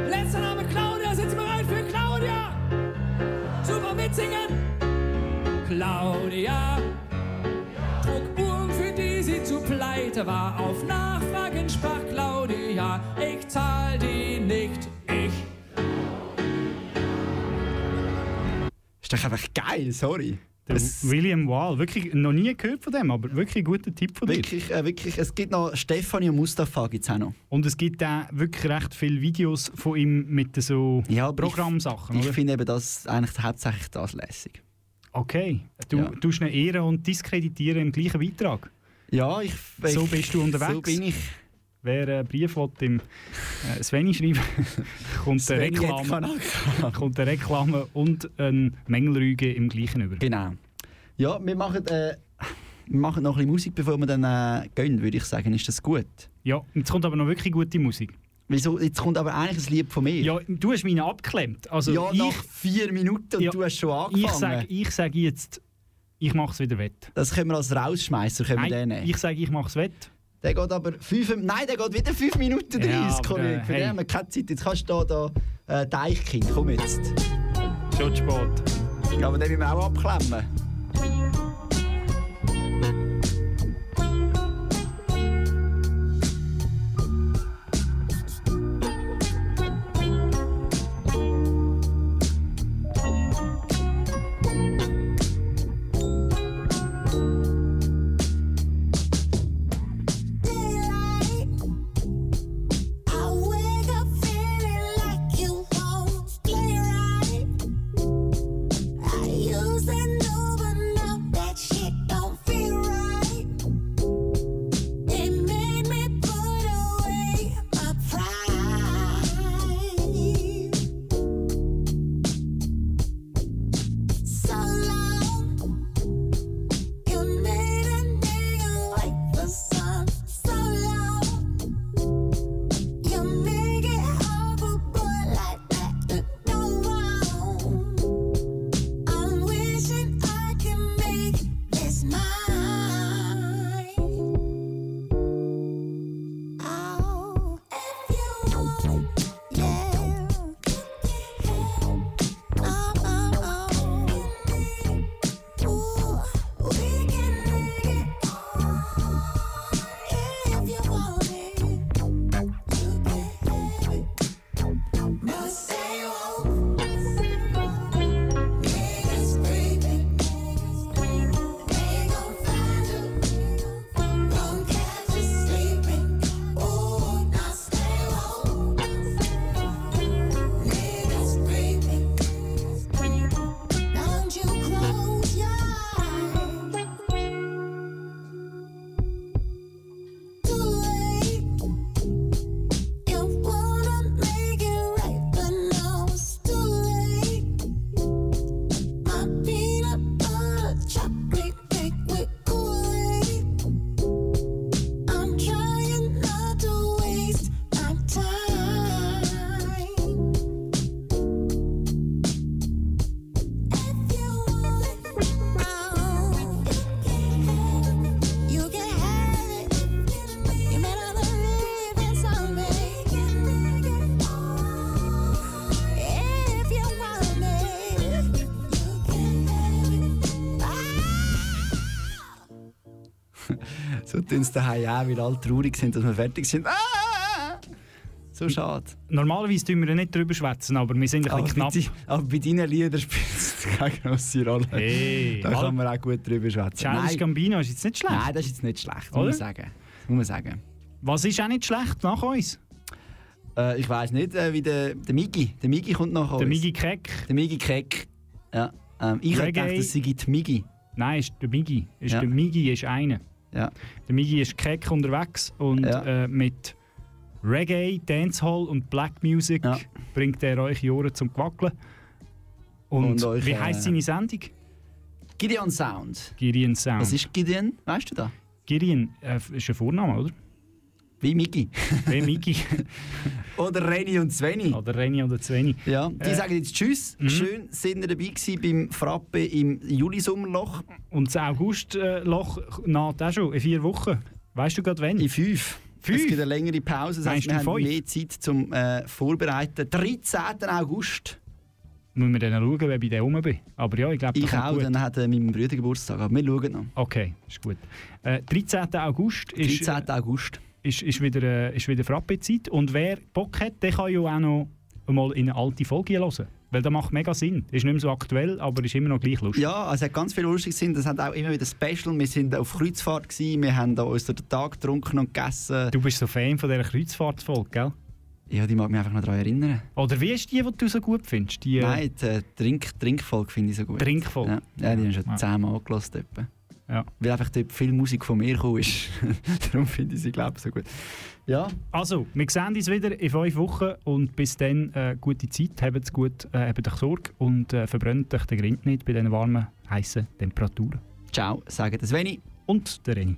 Speaker 12: Letzter Name Claudia, sind Sie bereit für Claudia? Super mitsingen. Claudia. Druckburg, für die sie zu pleite war. Auf Nachfragen sprach Claudia, ich zahl die nicht, ich.
Speaker 7: ist doch einfach geil, sorry.
Speaker 6: Der
Speaker 7: Es-
Speaker 6: William Wall, wirklich noch nie gehört von dem, aber wirklich ein guter Tipp von dir.
Speaker 7: Wirklich, äh, wirklich, es gibt noch Stefanie und Mustafa gibt's auch noch.
Speaker 6: Und es gibt auch wirklich recht viele Videos von ihm mit so Programmsachen,
Speaker 7: Ich
Speaker 6: oder?
Speaker 7: finde eben das eigentlich hauptsächlich das lässig.
Speaker 6: Okay, du
Speaker 7: Ja.
Speaker 6: tust ihn ehren und diskreditieren im gleichen Beitrag.
Speaker 7: Ja, ich, ich
Speaker 6: so bist du unterwegs.
Speaker 7: So bin ich.
Speaker 6: Wer einen Brief will, dem äh, Sveni schreiben, kommt eine
Speaker 7: Sveni hat
Speaker 6: Reklame, kommt eine Reklame und ein Mängelrüge im gleichen über.
Speaker 7: Genau. Ja, wir machen, äh, wir machen noch ein bisschen Musik, bevor wir dann äh, gehen, würde ich sagen. Ist das gut?
Speaker 6: Ja, jetzt kommt aber noch wirklich gute Musik.
Speaker 7: Wieso? Jetzt kommt aber eigentlich ein Lied von mir.
Speaker 6: Ja, du hast meine abgeklemmt. Also
Speaker 7: ja,
Speaker 6: ich,
Speaker 7: nach vier Minuten und
Speaker 6: Ja,
Speaker 7: du hast schon angefangen.
Speaker 6: ich sage ich sag jetzt, ich mache es wieder wett.
Speaker 7: Das können wir als Rausschmeißer können wir den
Speaker 6: Nein,
Speaker 7: nehmen.
Speaker 6: ich sage, ich mache es wett.
Speaker 7: Der geht aber fünf, nein, der geht wieder 5 Minuten 30,
Speaker 6: Ja, aber,
Speaker 7: Kollege.
Speaker 6: äh,
Speaker 7: Für
Speaker 6: hey.
Speaker 7: den haben wir keine Zeit. Jetzt kannst du da, da äh, Deichkind, komm jetzt.
Speaker 6: Schon spät.
Speaker 7: Ja, aber den müssen wir auch abklemmen.
Speaker 8: So long, you made a day awake the sun. So long. You make it overboard like that. Look, no wrong. I'm wishing I can make this mine. Oh, if you want, yeah. Oh, oh, oh. Ooh, we can make it on if you want it. Must stay home. Niggas creeping. They gon' find you. Gon' catch you sleeping. Ooh, now stay home. Niggas creeping. Don't you close your eyes. Too late. You wanna make it right, but now it's too late. My peanut butter chocolate cake with Kool-Aid. I'm trying not to waste my time. If you want it, you can have it. You may not believe in someday. If you want me, you can
Speaker 7: So tun sie daheim auch, weil alle traurig sind, dass wir fertig sind. Ah! So schade.
Speaker 6: Normalerweise tun wir ja nicht drüber schwätzen, aber wir sind ein
Speaker 7: Aber
Speaker 6: bisschen
Speaker 7: bei,
Speaker 6: knapp.
Speaker 7: di- aber bei deinen Liedern spielt es keine grosse Rolle.
Speaker 6: Hey,
Speaker 7: da
Speaker 6: mal.
Speaker 7: kann man auch gut drüber schwätzen.
Speaker 6: Childish Gambino ist jetzt nicht schlecht.
Speaker 7: Nein, das ist jetzt nicht schlecht,
Speaker 6: Oder?
Speaker 7: muss man sagen. Muss man sagen.
Speaker 6: Was ist auch nicht schlecht nach uns?
Speaker 7: Äh, ich weiß nicht, äh, wie der, der Migi. Der Migi kommt nach uns.
Speaker 6: Der Migi Keck.
Speaker 7: Der Migi Keck. Ja. Ähm, ich hätte
Speaker 6: Reggae.
Speaker 7: gedacht, das sei die Migi.
Speaker 6: Nein, ist der Migi. Ist
Speaker 7: Ja.
Speaker 6: Der Migi ist einer.
Speaker 7: Ja.
Speaker 6: Der Migi ist keck unterwegs und äh, mit Reggae, Dancehall und Black Music bringt er euch Jahre zum Gewackeln. Und,
Speaker 7: Und euch,
Speaker 6: wie
Speaker 7: äh,
Speaker 6: heisst seine Sendung?
Speaker 7: Gideon Sound.
Speaker 6: Gideon Sound.
Speaker 7: Was ist Gideon? Weißt du das?
Speaker 6: Gideon äh, ist ein Vorname, oder?
Speaker 7: Wie Migi.
Speaker 6: Wie Migi.
Speaker 7: Oder Reni und Sveni.
Speaker 6: Oder Reni oder Sveni.
Speaker 7: Ja, die
Speaker 6: Äh,
Speaker 7: sagen jetzt Tschüss.
Speaker 6: mhm.
Speaker 7: Schön, sind ihr dabei gewesen beim Frappe im Juli-Sommerloch.
Speaker 6: Und das August-Loch naht auch schon in vier Wochen. Weißt du gerade wann?
Speaker 7: In fünf. Es gibt eine längere Pause, das heißt, wir
Speaker 6: Meinst du
Speaker 7: haben
Speaker 6: fünf?
Speaker 7: mehr Zeit zum äh, Vorbereiten. 13. August.
Speaker 6: Müssen wir dann schauen, wenn ich da rum bin. Aber ja, ich glaube, das
Speaker 7: Ich
Speaker 6: kommt
Speaker 7: auch,
Speaker 6: gut.
Speaker 7: dann hat äh, mein Bruder Geburtstag. Aber wir schauen noch.
Speaker 6: Okay, ist gut. Äh, 13. August ist, äh,
Speaker 7: 13. August.
Speaker 6: ist, ist wieder, äh, ist wieder Frappe-Zeit. Und wer Bock hat, der kann ja auch noch mal in eine alte Folge hören. Weil das macht mega Sinn. Ist nicht mehr so aktuell, aber ist immer noch gleich lustig.
Speaker 7: Ja, also es hat ganz viel lustig sind. Das hat auch immer wieder Special. Wir sind auf Kreuzfahrt gewesen, wir haben da uns durch den Tag getrunken und gegessen.
Speaker 6: Du bist so Fan von dieser Kreuzfahrtfolge, gell?
Speaker 7: Ja, die mag mich einfach noch daran erinnern.
Speaker 6: Oder wie ist die, die du so gut findest? Die, äh,
Speaker 7: Nein, die äh, Trink Trinkfolge finde ich so gut.
Speaker 6: Trinkfolge?
Speaker 7: Ja, ja die haben schon
Speaker 6: Ja.
Speaker 7: zehnmal angelassen. Dort.
Speaker 6: Ja.
Speaker 7: Weil einfach dort viel Musik von mir gekommen ist. Darum finde ich sie, glaube ich, so gut. Ja.
Speaker 6: Also, wir sehen uns wieder in fünf Wochen und bis dann äh, gute Zeit, habt es gut, äh, habt euch Sorge und äh, verbrennt euch den Grind nicht bei diesen warmen, heißen Temperaturen.
Speaker 7: Ciao, sagen das Sveni
Speaker 6: und der Reni.